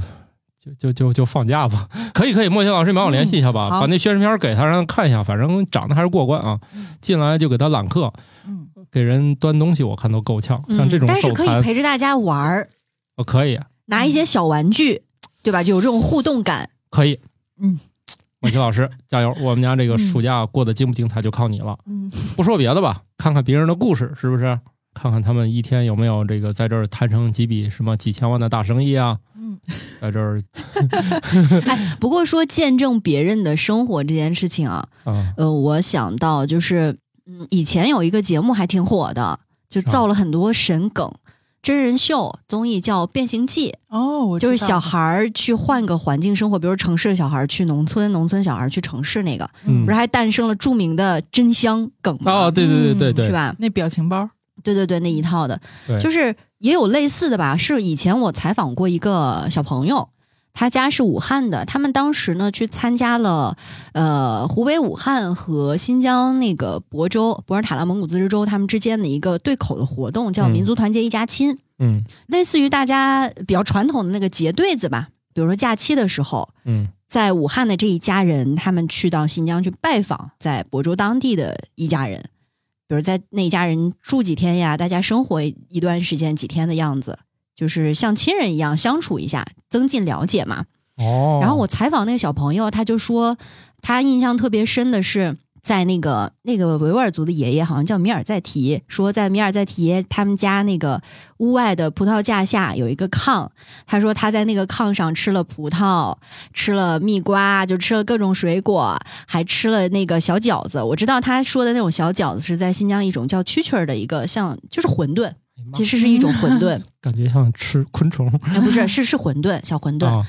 Speaker 1: 就就就就放假吧。可以可以，莫青老师你帮我联系一下吧，
Speaker 3: 嗯好
Speaker 1: 把那宣传片给他，让他看一下。反正长得还是过关啊，进来就给他揽客，
Speaker 3: 嗯，
Speaker 1: 给人端东西，我看都够呛。像这种
Speaker 2: 嗯但
Speaker 1: 手
Speaker 2: 是可以
Speaker 1: 残，
Speaker 2: 陪着大家玩儿，
Speaker 1: 哦可以
Speaker 2: 拿一些小玩具，对吧？就有这种互动感。
Speaker 1: 可以，
Speaker 3: 嗯。
Speaker 1: 莫青老师，加油！我们家这个
Speaker 3: 嗯
Speaker 1: 暑假过得精不精彩就靠你了。
Speaker 3: 嗯，
Speaker 1: 不说别的吧，看看别人的故事，是不是？看看他们一天有没有这个在这儿谈成几笔什么几千万的大生意啊？
Speaker 3: 嗯，
Speaker 1: 在这儿
Speaker 2: 哎，不过说见证别人的生活这件事情啊，
Speaker 1: 啊，
Speaker 2: 呃，我想到就是，嗯，以前有一个节目还挺火的，就造了很多神梗。真人秀综艺叫《变形记
Speaker 3: 哦，我》，
Speaker 2: 就是
Speaker 3: 知道
Speaker 2: 小孩儿去换个环境生活，比如城市的小孩儿去农村，农村小孩儿去城市那个，
Speaker 1: 嗯
Speaker 2: 不是还诞生了著名的真香梗吗？
Speaker 1: 哦，对对对对对
Speaker 2: 嗯是，吧？
Speaker 3: 那表情包，
Speaker 2: 对对对，那一套的
Speaker 1: 对，
Speaker 2: 就是也有类似的吧。是以前我采访过一个小朋友，他家是武汉的，他们当时呢去参加了呃湖北武汉和新疆那个亳州博尔塔拉蒙古自治州他们之间的一个对口的活动，叫
Speaker 1: 嗯
Speaker 2: 民族团结一家亲，
Speaker 1: 嗯
Speaker 2: 类似于大家比较传统的那个结对子吧。比如说假期的时候，
Speaker 1: 嗯
Speaker 2: 在武汉的这一家人，他们去到新疆去拜访在亳州当地的一家人，比如在那一家人住几天呀，大家生活一段时间几天的样子，就是像亲人一样相处一下，增进了解嘛。
Speaker 1: 哦
Speaker 2: 然后我采访那个小朋友，他就说他印象特别深的是。在那个那个维吾尔族的爷爷好像叫米尔在提，说在米尔在提耶他们家那个屋外的葡萄架下有一个炕，他说他在那个炕上吃了葡萄，吃了蜜瓜，就吃了各种水果，还吃了那个小饺子。我知道他说的那种小饺子是在新疆一种叫蛐蛐儿的一个像就是馄饨，其实是一种馄饨，
Speaker 1: 哎感觉像吃昆虫
Speaker 2: 哎不是是是馄饨小馄饨。
Speaker 1: 啊，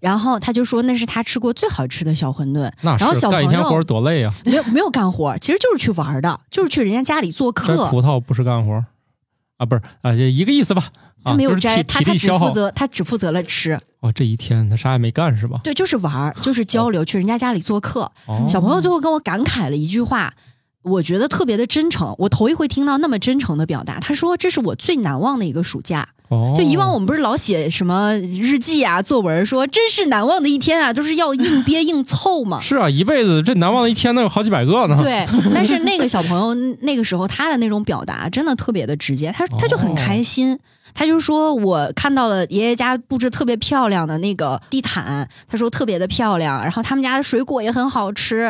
Speaker 2: 然后他就说那是他吃过最好吃的小馄饨，
Speaker 1: 那
Speaker 2: 然后
Speaker 1: 是
Speaker 2: 小
Speaker 1: 干一
Speaker 2: 朋
Speaker 1: 天活
Speaker 2: 友
Speaker 1: 儿多累啊！
Speaker 2: 没有没有干活，其实就是去玩的，就是去人家家里做
Speaker 1: 摘
Speaker 2: 客。
Speaker 1: 葡萄不是干活儿啊，不是啊，这一个意思吧？啊，
Speaker 2: 他没有
Speaker 1: 就是
Speaker 2: 摘，
Speaker 1: 体
Speaker 2: 他
Speaker 1: 体
Speaker 2: 他
Speaker 1: 力
Speaker 2: 只
Speaker 1: 消耗
Speaker 2: 负责他只负责了吃，
Speaker 1: 哦，这一天他啥也没干是吧？
Speaker 2: 对，就是玩儿，就是交流，去人家家里做客。
Speaker 1: 哦，
Speaker 2: 小朋友最后跟我感慨了一句话，我觉得特别的真诚，我头一回听到那么真诚的表达。他说这是我最难忘的一个暑假，
Speaker 1: 哦
Speaker 2: 就以往我们不是老写什么日记啊、作文说真是难忘的一天啊，都是要硬憋硬凑嘛。
Speaker 1: 是啊，一辈子这难忘的一天能有好几百 个呢。，
Speaker 2: 对，但是那个小朋友 那个时候他的那种表达真的特别的直接，他他就很开心。他就说：“我看到了爷爷家布置特别漂亮的那个地毯，他说特别的漂亮，然后他们家的水果也很好吃，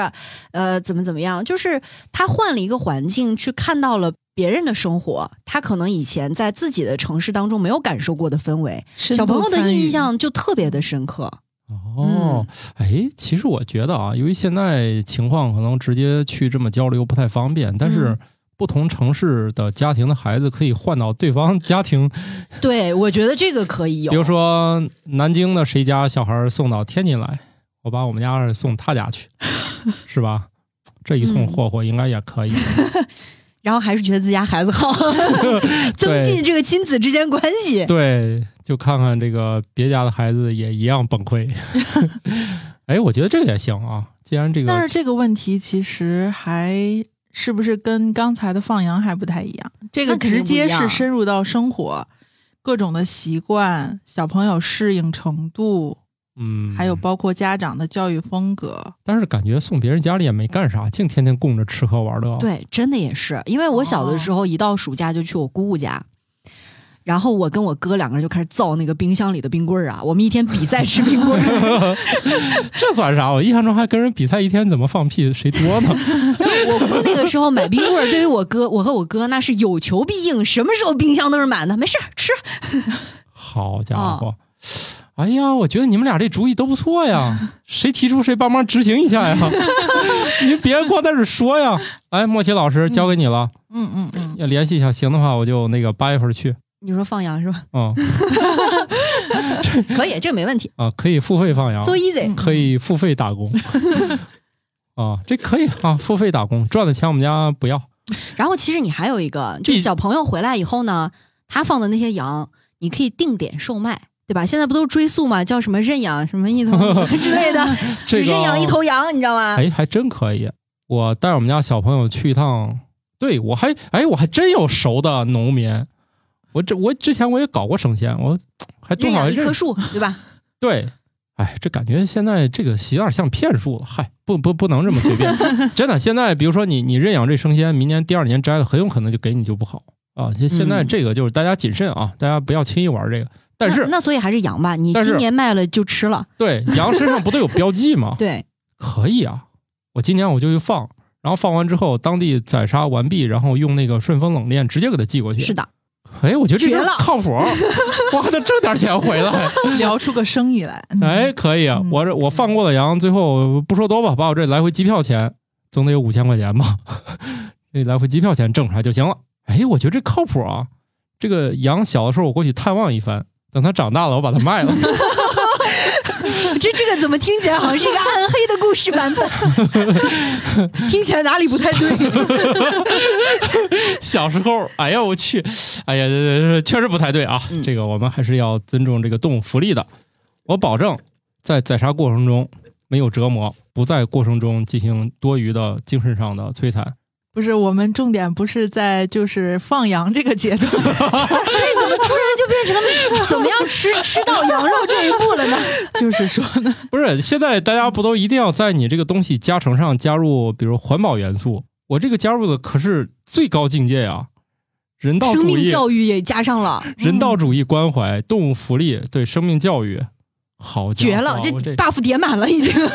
Speaker 2: 呃，怎么怎么样，就是他换了一个环境去看到了别人的生活，他可能以前在自己的城市当中没有感受过的氛围，小朋友的印象就特别的深刻。
Speaker 1: 哦，哎，其实我觉得啊，由于现在情况可能直接去这么交流不太方便，但是
Speaker 2: 嗯
Speaker 1: 不同城市的家庭的孩子可以换到对方家庭
Speaker 2: 对，我觉得这个可以有，
Speaker 1: 比如说南京的谁家小孩儿送到天津来，我把我们家的送他家 去，是吧？这一通
Speaker 2: 嗯
Speaker 1: 霍霍应该也 可以。
Speaker 2: 然后还是觉得自家孩子好，增进这个亲子之间关系。
Speaker 1: 对，就看看这个别家的孩子也一样崩 溃。哎，我觉得这个也行啊。既然这
Speaker 3: 但
Speaker 1: 个
Speaker 3: 是这个问题其实还是不是跟刚才的放羊还不太一样？这个
Speaker 2: 那肯定
Speaker 3: 直
Speaker 2: 不一
Speaker 3: 接
Speaker 2: 样
Speaker 3: 是深入到生活，各种的习惯，小朋友适应程度，
Speaker 1: 嗯，
Speaker 3: 还有包括家长的教育风格。
Speaker 1: 但是感觉送别人家里也没干啥，净天天供着吃喝玩乐。，
Speaker 2: 对，真的也是，因为我小的时候一到暑假就去我姑姑家。然后我跟我哥两个人就开始造那个冰箱里的冰棍儿啊，我们一天比赛吃冰棍儿。
Speaker 1: 这算啥？我印象中还跟人比赛一天怎么放屁谁多呢。
Speaker 2: 因为我姑那个时候买冰棍儿，对于我哥，我和我哥那是有求必应，什么时候冰箱都是满的，没事儿吃。
Speaker 1: 好家伙！
Speaker 2: 嗯
Speaker 1: 哎呀，我觉得你们俩这主意都不错 呀，谁提出谁帮忙执行一下呀？您别光在这儿说呀！哎，莫奇老师交给你了，
Speaker 3: 嗯嗯嗯，
Speaker 1: 要联系一下，行的话我就那个八月份去。
Speaker 2: 你说放羊是吧？
Speaker 1: 嗯
Speaker 2: 可以，这没问题
Speaker 1: 啊，可以付费放羊，
Speaker 2: ，so easy。
Speaker 1: 可以付费打 工。啊，这可以啊，付费打工赚的钱我们家不要。
Speaker 2: 然后其实你还有一个，就是
Speaker 1: 必
Speaker 2: 小朋友回来以后呢，他放的那些羊，你可以定点售卖，对吧？现在不都追溯嘛，叫什么认养什么一头 之类的，
Speaker 1: 这个
Speaker 2: 认养一头羊，你知道吗？
Speaker 1: 哎，还真可以。我带我们家小朋友去一趟，对我还哎，我还真有熟的农民。我这我之前我也搞过生鲜，我还多
Speaker 2: 认
Speaker 1: 少
Speaker 2: 养一
Speaker 1: 认
Speaker 2: 棵树，对吧？
Speaker 1: 对。哎，这感觉现在这个有点像骗术了。嗨，不不不能这么随 便，真的。现在比如说你你认养这生鲜，明年第二年摘了，很有可能就给你就不好啊。现现在
Speaker 2: 嗯
Speaker 1: 这个就是大家谨慎啊，大家不要轻易玩这个。但
Speaker 2: 那
Speaker 1: 是
Speaker 2: 那所以还是羊吧，你
Speaker 1: 但是
Speaker 2: 今年卖了就吃了，
Speaker 1: 对 羊身上不都有标记吗？
Speaker 2: 对，
Speaker 1: 可以啊，我今年我就去放，然后放完之后，当地宰杀完毕，然后用那个顺丰冷链直接给它寄过去。
Speaker 2: 是，的，
Speaker 1: 哎，我觉得这
Speaker 2: 绝
Speaker 1: 事儿
Speaker 2: 了
Speaker 1: 靠谱，我还能挣点钱回 来。
Speaker 3: 聊出个生意来。嗯
Speaker 1: 哎，，可以啊，
Speaker 3: 嗯
Speaker 1: 我这我放过了羊，最后不说多吧，把我这来回机票钱总得有五千块钱吧， 这来回机票钱挣出来就行了。哎，我觉得这靠谱啊。这个羊小的时候我过去探望一番，等它长大了我把它卖了。
Speaker 2: 这这个怎么听起来好像是一个暗黑的故事版本？ 听起来哪里不太对？
Speaker 1: 小时候，哎呀，我去，哎呀，这这确实不太对啊。
Speaker 2: 嗯
Speaker 1: 这个我们还是要尊重这个动物福利的。我保证，在宰杀过程中没有折磨，不在过程中进行多余的精神上的摧残。
Speaker 3: 不是，我们重点不是在就是放羊这个阶段，
Speaker 2: 就变成 了怎么样吃吃到羊肉这一步了呢？
Speaker 3: 就是说呢，
Speaker 1: 不是，现在大家不都一定要在你这个东西加成上加入，比如环保元素？我这个加入的可是最高境界呀、人道
Speaker 2: 生
Speaker 1: 主
Speaker 2: 命
Speaker 1: 义、
Speaker 2: 教育也嗯加上了，
Speaker 1: 人道主义关怀、动物福利、对生命教育，好家伙
Speaker 2: 绝了，
Speaker 1: 我
Speaker 2: 这
Speaker 1: 这
Speaker 2: buff 叠满了已经。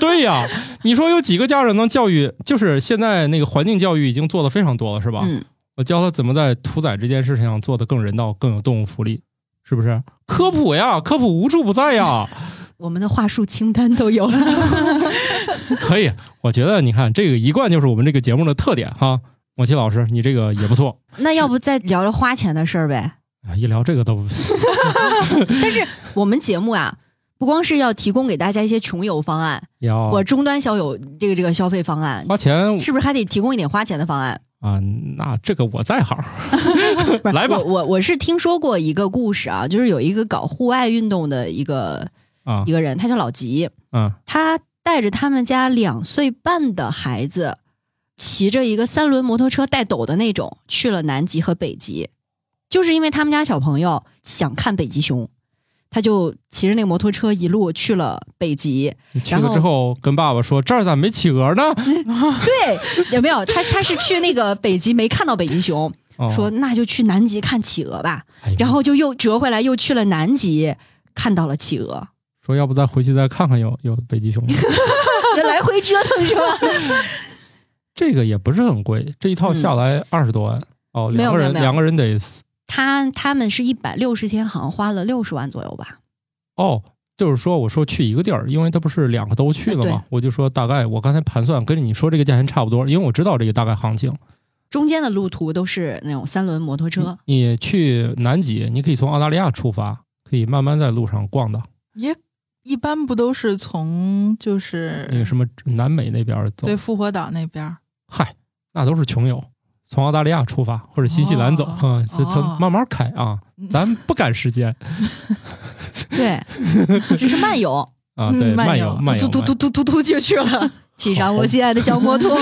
Speaker 1: 对呀，你说有几个家长能教育？就是现在那个环境教育已经做的非常多了，是吧？
Speaker 2: 嗯，
Speaker 1: 我教他怎么在屠宰这件事情上做的更人道、更有动物福利，是不是？科普呀，科普无处不在呀。
Speaker 2: 我们的话术清单都有了。
Speaker 1: 可以，我觉得你看这个一贯就是我们这个节目的特点哈。莫奇老师，你这个也不错
Speaker 2: 那要不再聊聊花钱的事儿呗？
Speaker 1: 啊，一聊这个 都
Speaker 2: 但是我们节目啊，不光是要提供给大家一些穷游方案，
Speaker 1: 要
Speaker 2: 我终端消友这个这个消费方案，
Speaker 1: 花钱
Speaker 2: 是不是还得提供一点花钱的方案？
Speaker 1: 啊，那这个我在行。
Speaker 2: 不是
Speaker 1: 来吧
Speaker 2: 我我我是听说过一个故事啊，就是有一个搞户外运动的一个
Speaker 1: 啊
Speaker 2: 一个人，他叫老吉，
Speaker 1: 啊
Speaker 2: 他带着他们家两岁半的孩子，骑着一个三轮摩托车带斗的那种，去了南极和北极，就是因为他们家小朋友想看北极熊，他就骑着那个摩托车一路去了北极。
Speaker 1: 你去了之后跟爸爸说这儿咋没企鹅呢？
Speaker 2: 对，有没有？他他是去那个北极没看到北极熊，
Speaker 1: 哦
Speaker 2: 说那就去南极看企鹅吧，
Speaker 1: 哎呀
Speaker 2: 然后就又折回来，又去了南极。看到了企 鹅，
Speaker 1: 说要不再回去再看看有有北极熊吗。
Speaker 2: 来回折腾是吧？
Speaker 1: 这个也不是很贵，这一套下来二十多万、哦，
Speaker 2: 嗯没
Speaker 1: 两
Speaker 2: 有
Speaker 1: 个人
Speaker 2: 没有没有
Speaker 1: 两个人得四
Speaker 2: 他他们是一百六十天，好像花了六十万左右吧。
Speaker 1: 哦，就是说我说去一个地儿，因为他不是两个都去了
Speaker 2: 哎对
Speaker 1: 嘛，我就说大概我刚才盘算跟你说这个价钱差不多，因为我知道这个大概行情。
Speaker 2: 中间的路途都是那种三轮摩托 车，
Speaker 1: 你去南极，你可以从澳大利亚出发，可以慢慢在路上逛的。
Speaker 3: 也一般不都是从就
Speaker 1: 那
Speaker 2: 嗯
Speaker 1: 个
Speaker 3: 是
Speaker 1: 什么南美那边走
Speaker 3: 对，复活岛那边儿？
Speaker 1: 嗨，那都是穷游。从澳大利亚出发，或者新西兰走，啊、
Speaker 3: 哦
Speaker 1: 嗯，从
Speaker 3: 哦
Speaker 1: 慢慢开啊，
Speaker 2: 嗯
Speaker 1: 咱不赶时 间
Speaker 2: 对，只是漫游，
Speaker 1: 啊，
Speaker 3: 嗯
Speaker 1: 对，
Speaker 3: 慢
Speaker 1: 慢
Speaker 3: 游
Speaker 1: 游，慢游，
Speaker 2: 嘟嘟
Speaker 1: 慢游
Speaker 2: 嘟嘟嘟嘟就去了，骑上我心爱的小摩 托。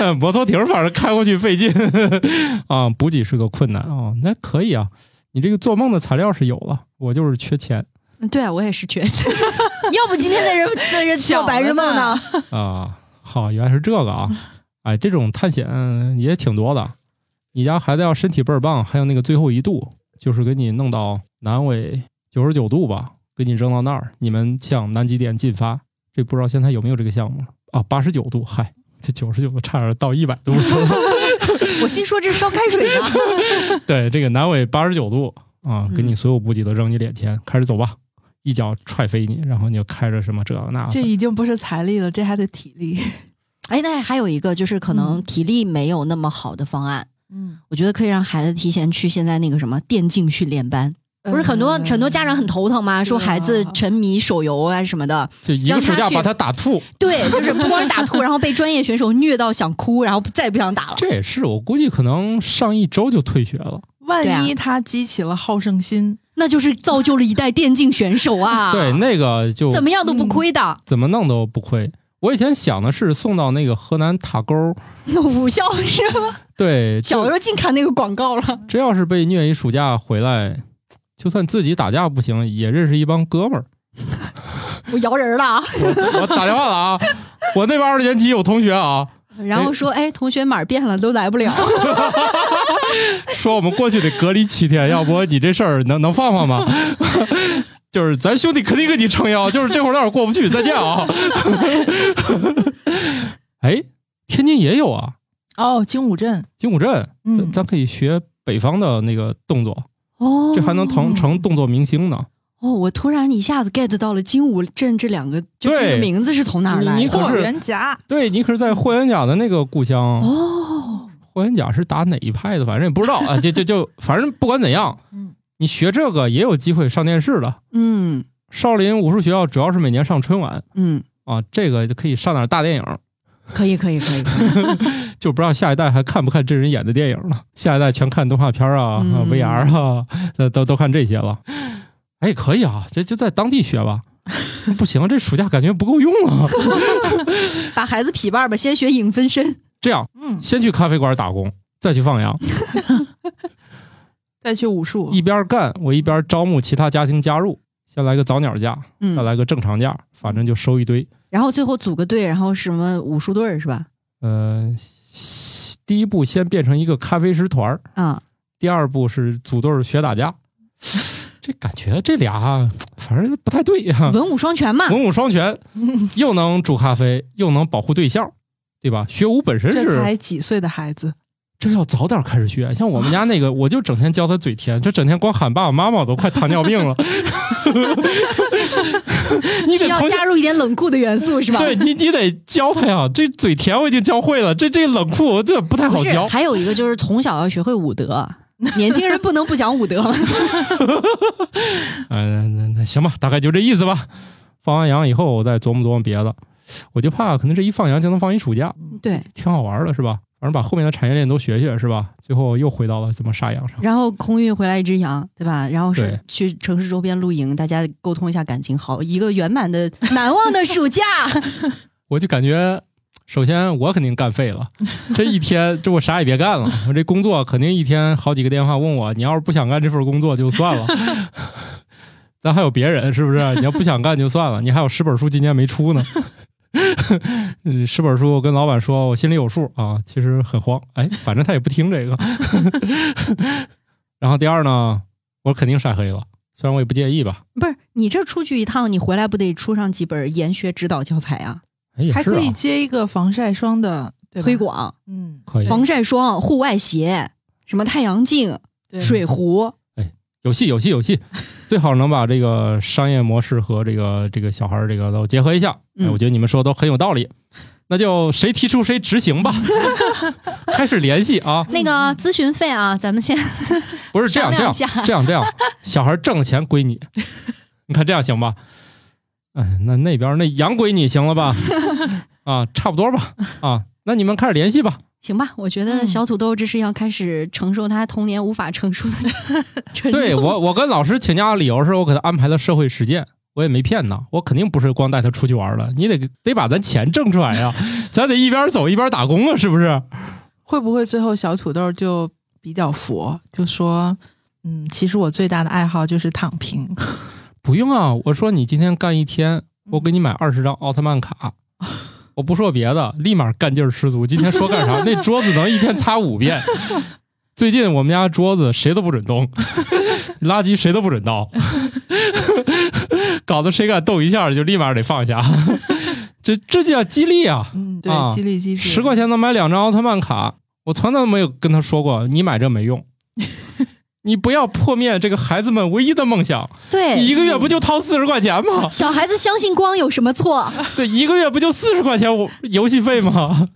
Speaker 1: 呃 摩托艇反正开过去费劲 啊，补给是个困难啊、那可以啊，你这个做梦的材料是有了，我就是缺钱。
Speaker 2: 嗯对啊，我也是觉得， 要不今天在这在这做
Speaker 3: 巧了
Speaker 2: 白日梦呢？
Speaker 1: 啊，好，原来是这个啊！哎，这种探险也挺多的。你家孩子要身体倍儿棒，还有那个最后一度，就是给你弄到南纬九十九度吧，给你扔到那儿，你们向南极点进发。这不知道现在有没有这个项目了啊？八十九度，嗨，这九十九度差点到一百度去了。
Speaker 2: 我心说这烧开水 呢。
Speaker 1: 对，这个南纬八十九度
Speaker 2: 嗯
Speaker 1: 啊，给你所有补给都扔你脸前，开始走吧，一脚踹飞你，然后你就开着什么这那的
Speaker 3: 这已经不是财力了，这还得体 力。
Speaker 2: 哎，那还有一个就是可能
Speaker 3: 嗯
Speaker 2: 体力没有那么好的方案，
Speaker 3: 嗯，
Speaker 2: 我觉得可以让孩子提前去现在那个什么电竞训练班。不是很多
Speaker 3: 呃
Speaker 2: 很多家长很头疼吗？
Speaker 3: 对
Speaker 2: 说孩子
Speaker 3: 啊
Speaker 2: 沉迷手游啊什么的，
Speaker 1: 就一个
Speaker 2: 让
Speaker 1: 暑
Speaker 2: 他
Speaker 1: 假
Speaker 2: 去
Speaker 1: 把他打吐。
Speaker 2: 对，就是不光是打吐，然后被专业选手虐到想哭，然后再也不想打了。
Speaker 1: 这也是我估计可能上一周就退学了。
Speaker 2: 对啊
Speaker 3: 万一他激起了好胜心，
Speaker 2: 那就是造就了一代电竞选手啊！
Speaker 1: 对，那个就
Speaker 2: 怎么样都不亏的。
Speaker 1: 怎么弄都不亏。我以前想的是送到那个河南塔沟，
Speaker 2: 那武校是吧？
Speaker 1: 对，
Speaker 2: 小时
Speaker 1: 这
Speaker 2: 候净看那个广告了。
Speaker 1: 这要是被虐一暑假回来，就算自己打架不行，也认识一帮哥们 儿。
Speaker 2: 我摇人了啊，
Speaker 1: 我我打电话了啊，我那边二年级有同学啊，
Speaker 2: 然后说，哎，同学码变了，都来不 了。
Speaker 1: 说我们过去得隔离七天，要不你这事儿能能放放吗？ 就是咱兄弟肯定跟你撑腰，就是这会儿有点过不去，再见啊！ 哎，天津也有啊，
Speaker 3: 哦，精武阵，
Speaker 1: 金武镇，咱
Speaker 3: 嗯
Speaker 1: 咱可以学北方的那个动作，
Speaker 2: 哦
Speaker 1: 这还能成成动作明星呢。
Speaker 2: 哦，我突然一下子 get 到了金武镇这两个，就这个
Speaker 1: 对
Speaker 2: 名字是从哪儿
Speaker 1: 你
Speaker 2: 来
Speaker 1: 你
Speaker 2: 的？
Speaker 1: 可
Speaker 3: 霍
Speaker 1: 是
Speaker 3: 元甲，
Speaker 1: 对你可是在霍元甲的那个故乡，
Speaker 2: 哦，
Speaker 1: 霍元甲是打哪一派的，反正也不知道啊。就就就，反正不管怎样，
Speaker 3: 嗯，
Speaker 1: 你学这个也有机会上电视的。
Speaker 2: 嗯
Speaker 1: 少林武术学校主要是每年上春晚
Speaker 2: 嗯，
Speaker 1: 啊，这个就可以上点大电影，
Speaker 2: 可以可以可以，可以
Speaker 1: 就不知道下一代还看不看真人演的电影了。下一代全看动画片啊、啊
Speaker 2: 嗯
Speaker 1: VR 啊，呃都都看这些了。哎，可以啊，这就在当地学吧。不行，这暑假感觉不够用啊。
Speaker 2: 把孩子匹伴吧，先学影分身。
Speaker 1: 这样，
Speaker 3: 嗯，
Speaker 1: 先去咖啡馆打工，再去放羊，
Speaker 3: 再去武术，
Speaker 1: 一边干我一边招募其他家庭加入，先来个早鸟价，再
Speaker 2: 嗯，
Speaker 1: 来个正常价，反正就收一堆。
Speaker 2: 然后最后组个队，然后什么武术队儿是吧？
Speaker 1: 呃，第一步先变成一个咖啡师团儿，
Speaker 2: 啊，
Speaker 1: 第二步是组队儿学打 架。这感觉这俩啊反正不太对呀、
Speaker 2: 文武双全嘛。
Speaker 1: 嗯文武双 全，又能煮咖啡，又能保护对象，对吧？学武本身是
Speaker 3: 这才几岁的孩子，
Speaker 1: 这要早点开始学。像我们家 那个，我就整天教他嘴甜，这整天光喊爸爸妈妈，我都快糖尿病 了。你
Speaker 2: 需
Speaker 1: 得
Speaker 2: 要
Speaker 1: 从
Speaker 2: 加入一点冷酷的元素是吧？
Speaker 1: 对你，你得教他呀。这嘴甜我已经教会了，这这冷酷我这不太
Speaker 2: 不
Speaker 1: 好
Speaker 2: 是，
Speaker 1: 教。
Speaker 2: 还有一个就是从小要学会武德， 年轻人不能不讲 武德。
Speaker 1: 嗯，那那行吧，大概就这意思吧。放完羊以后，我再琢磨琢磨别的。我就怕可能这一放羊就能放一暑假，
Speaker 2: 对，
Speaker 1: 挺好玩的，是吧？反正把后面的产业链都学学，是吧？最后又回到了怎么杀羊上。
Speaker 2: 然后空运回来一只羊，对吧？然后是
Speaker 1: 对
Speaker 2: 去城市周边露营，大家沟通一下感情，好一个圆满的、难忘的暑 假。
Speaker 1: 我就感觉，首先我肯定干废 了，这一天这我啥也别干了，我这工作肯定一天好几个电话问我，你要是不想干这份工作就算 了，咱还有别人是不是？你要不想干就算了，你还有十本书今年没出 呢。嗯，十本书，我跟老板说，我心里有数啊，其实很慌，哎，反正他也不听这个。 然后第二呢，我肯定晒黑了，虽然我也不介意吧，
Speaker 2: 不是你这出去一趟，你回来不得出上几本研学指导教材啊？
Speaker 1: 哎，也
Speaker 3: 还
Speaker 1: 是
Speaker 3: 可以
Speaker 1: 啊，
Speaker 3: 接一个防晒霜的对吧
Speaker 2: 推，广
Speaker 3: 嗯，
Speaker 1: 可以
Speaker 2: 防晒霜、户外鞋、什么太阳镜、
Speaker 3: 对
Speaker 2: 水壶，
Speaker 1: 有戏，有戏，有戏！最好能把这个商业模式和这个这个小孩儿这个都结合一下。哎，
Speaker 2: 嗯
Speaker 1: 我觉得你们说的都很有道理。那就谁提出谁执行吧， 开始联系啊！
Speaker 2: 那个咨询费啊，咱们先
Speaker 1: 不是这样，
Speaker 2: 商
Speaker 1: 这
Speaker 2: 量
Speaker 1: 样
Speaker 2: 一，下
Speaker 1: 这样，这样，小孩儿挣的钱归你，你看这样行吧？哎，那那边儿那羊归你行了吧？ 啊，差不多吧？啊，那你们开始联系吧。
Speaker 2: 行吧，我觉得
Speaker 3: 嗯
Speaker 2: 小土豆这是要开始承受他童年无法承受的 沉重。
Speaker 1: 对我，我跟老师请假的理由是我给他安排了社会实践，我也没骗他，我肯定不是光带他出去玩了，你得得把咱钱挣出来呀、咱得一边走一边打工啊，是不是？
Speaker 3: 会不会最后小土豆就比较佛，就说，嗯，其实我最大的爱好就是躺平，
Speaker 1: 不用啊，我说你今天干一天，我给你买二十张奥特曼卡。我不说别的，立马干劲儿十足。今天说干啥？那桌子能一天擦五遍。最近我们家桌子谁都不准动，垃圾谁都不准倒，搞得谁敢动一下就立马得放下。这这就叫激励啊！
Speaker 3: 嗯，对
Speaker 1: 啊，
Speaker 3: 激励机制，
Speaker 1: 十块钱能买两张奥特曼卡，我从来没有跟他说过你买这没用。你不要破灭这个孩子们唯一的梦想，
Speaker 2: 对，
Speaker 1: 你一个月
Speaker 2: 是
Speaker 1: 不就掏四十块钱 吗？
Speaker 2: 小孩子相信光有什么错？
Speaker 1: 对，一个月不就四十块钱我游戏费吗？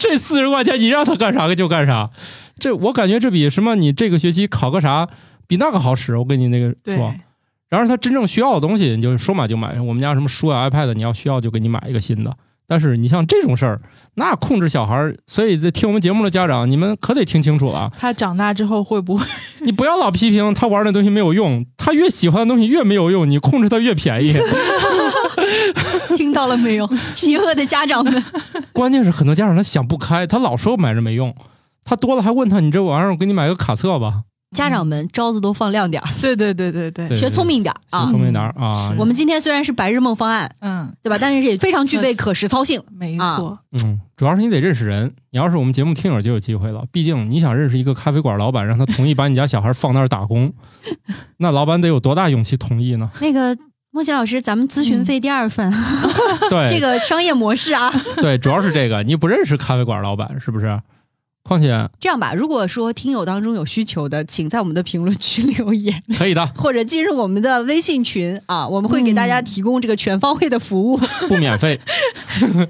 Speaker 1: 这四十块钱你让他干啥就干啥，这我感觉这比什么你这个学期考个啥比那个好使。我跟你那个
Speaker 3: 对
Speaker 1: 说，然而他真正需要的东西，你就说买就买。我们家什么书啊、iPad，你要需要就给你买一个新的。但是你像这种事儿，那控制小孩儿，所以这听我们节目的家长，你们可得听清楚了啊！
Speaker 3: 他长大之后会不会？
Speaker 1: 你不要老批评他玩那东西没有用，他越喜欢的东西越没有用，你控制他越便宜。
Speaker 2: 听到了 没有，邪恶的家长们？
Speaker 1: 关键是很多家长他想不开，他老说买着没用，他多了还问他你这玩意儿，我给你买个卡册吧，
Speaker 2: 家长们招子都放亮点儿，
Speaker 3: 对对对对对，
Speaker 1: 对
Speaker 2: 学聪，明点儿
Speaker 1: 对对
Speaker 2: 啊
Speaker 1: 学！聪明点儿啊
Speaker 3: 是！
Speaker 2: 我们今天虽然是白日梦方案，
Speaker 3: 嗯，
Speaker 2: 对吧？但是也非常具备可实操性。
Speaker 3: 没
Speaker 2: 啊
Speaker 3: 错，
Speaker 1: 嗯，主要是你得认识人，你要是我们节目听友就有机会了。毕竟你想认识一个咖啡馆老板，让他同意把你家小孩放那儿打 工，那老板得有多大勇气同意呢？
Speaker 2: 那个莫奇老师，咱们咨询费第二份，啊
Speaker 1: 对，
Speaker 2: 嗯这个商业模式啊，
Speaker 1: 对，主要是这个，你不认识咖啡馆老板是不是？况且
Speaker 2: 这样吧，如果说听友当中有需求的，请在我们的评论区留 言，
Speaker 1: 可以的，
Speaker 2: 或者进入我们的微信群啊，我们会给大家提供这个全方位的服务。
Speaker 1: 不免费。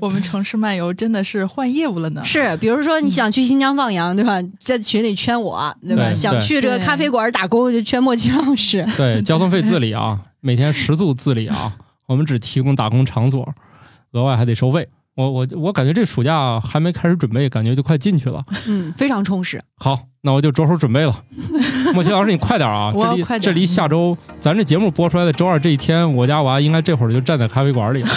Speaker 3: 我们城市漫游真的是换业务了呢。
Speaker 2: 是，比如说你想去新疆放羊，对吧？在群里圈我，对吧？
Speaker 1: 对
Speaker 2: 想去这个
Speaker 3: 对
Speaker 2: 咖啡馆打工就圈莫奇老师。
Speaker 1: 对，交通费自理啊，每天食宿自理啊，我们只提供打工场所，额外还得收费。我我我感觉这暑假还没开始准备，感觉就快进去了。
Speaker 2: 嗯，非常充实。
Speaker 1: 好，那我就着手准备 了。莫奇老师，你快点啊！
Speaker 3: 我
Speaker 1: 这离
Speaker 3: 快点
Speaker 1: 这离下周咱这节目播出来的周二这一天，我家娃应该这会儿就站在咖啡馆里了，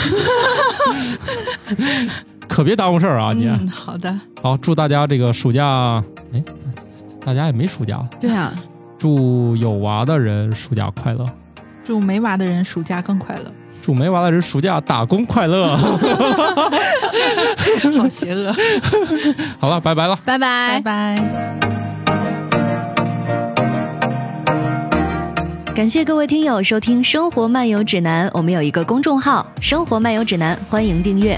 Speaker 1: 可别耽误事儿啊你！
Speaker 3: 嗯，好的，
Speaker 1: 好，祝大家这个暑假，哎，大家也没暑假，
Speaker 2: 对啊，
Speaker 1: 祝有娃的人暑假快乐。
Speaker 3: 祝没娃的人暑假更快 乐。
Speaker 1: 祝没娃的人暑假打工快乐。
Speaker 3: 好邪恶，
Speaker 1: 好了，拜拜了。
Speaker 2: 拜
Speaker 3: 拜
Speaker 2: 拜。
Speaker 3: 拜。
Speaker 4: 感谢各位听友收听《生活漫游指南》，我们有一个公众号《生活漫游指南》，欢迎订阅。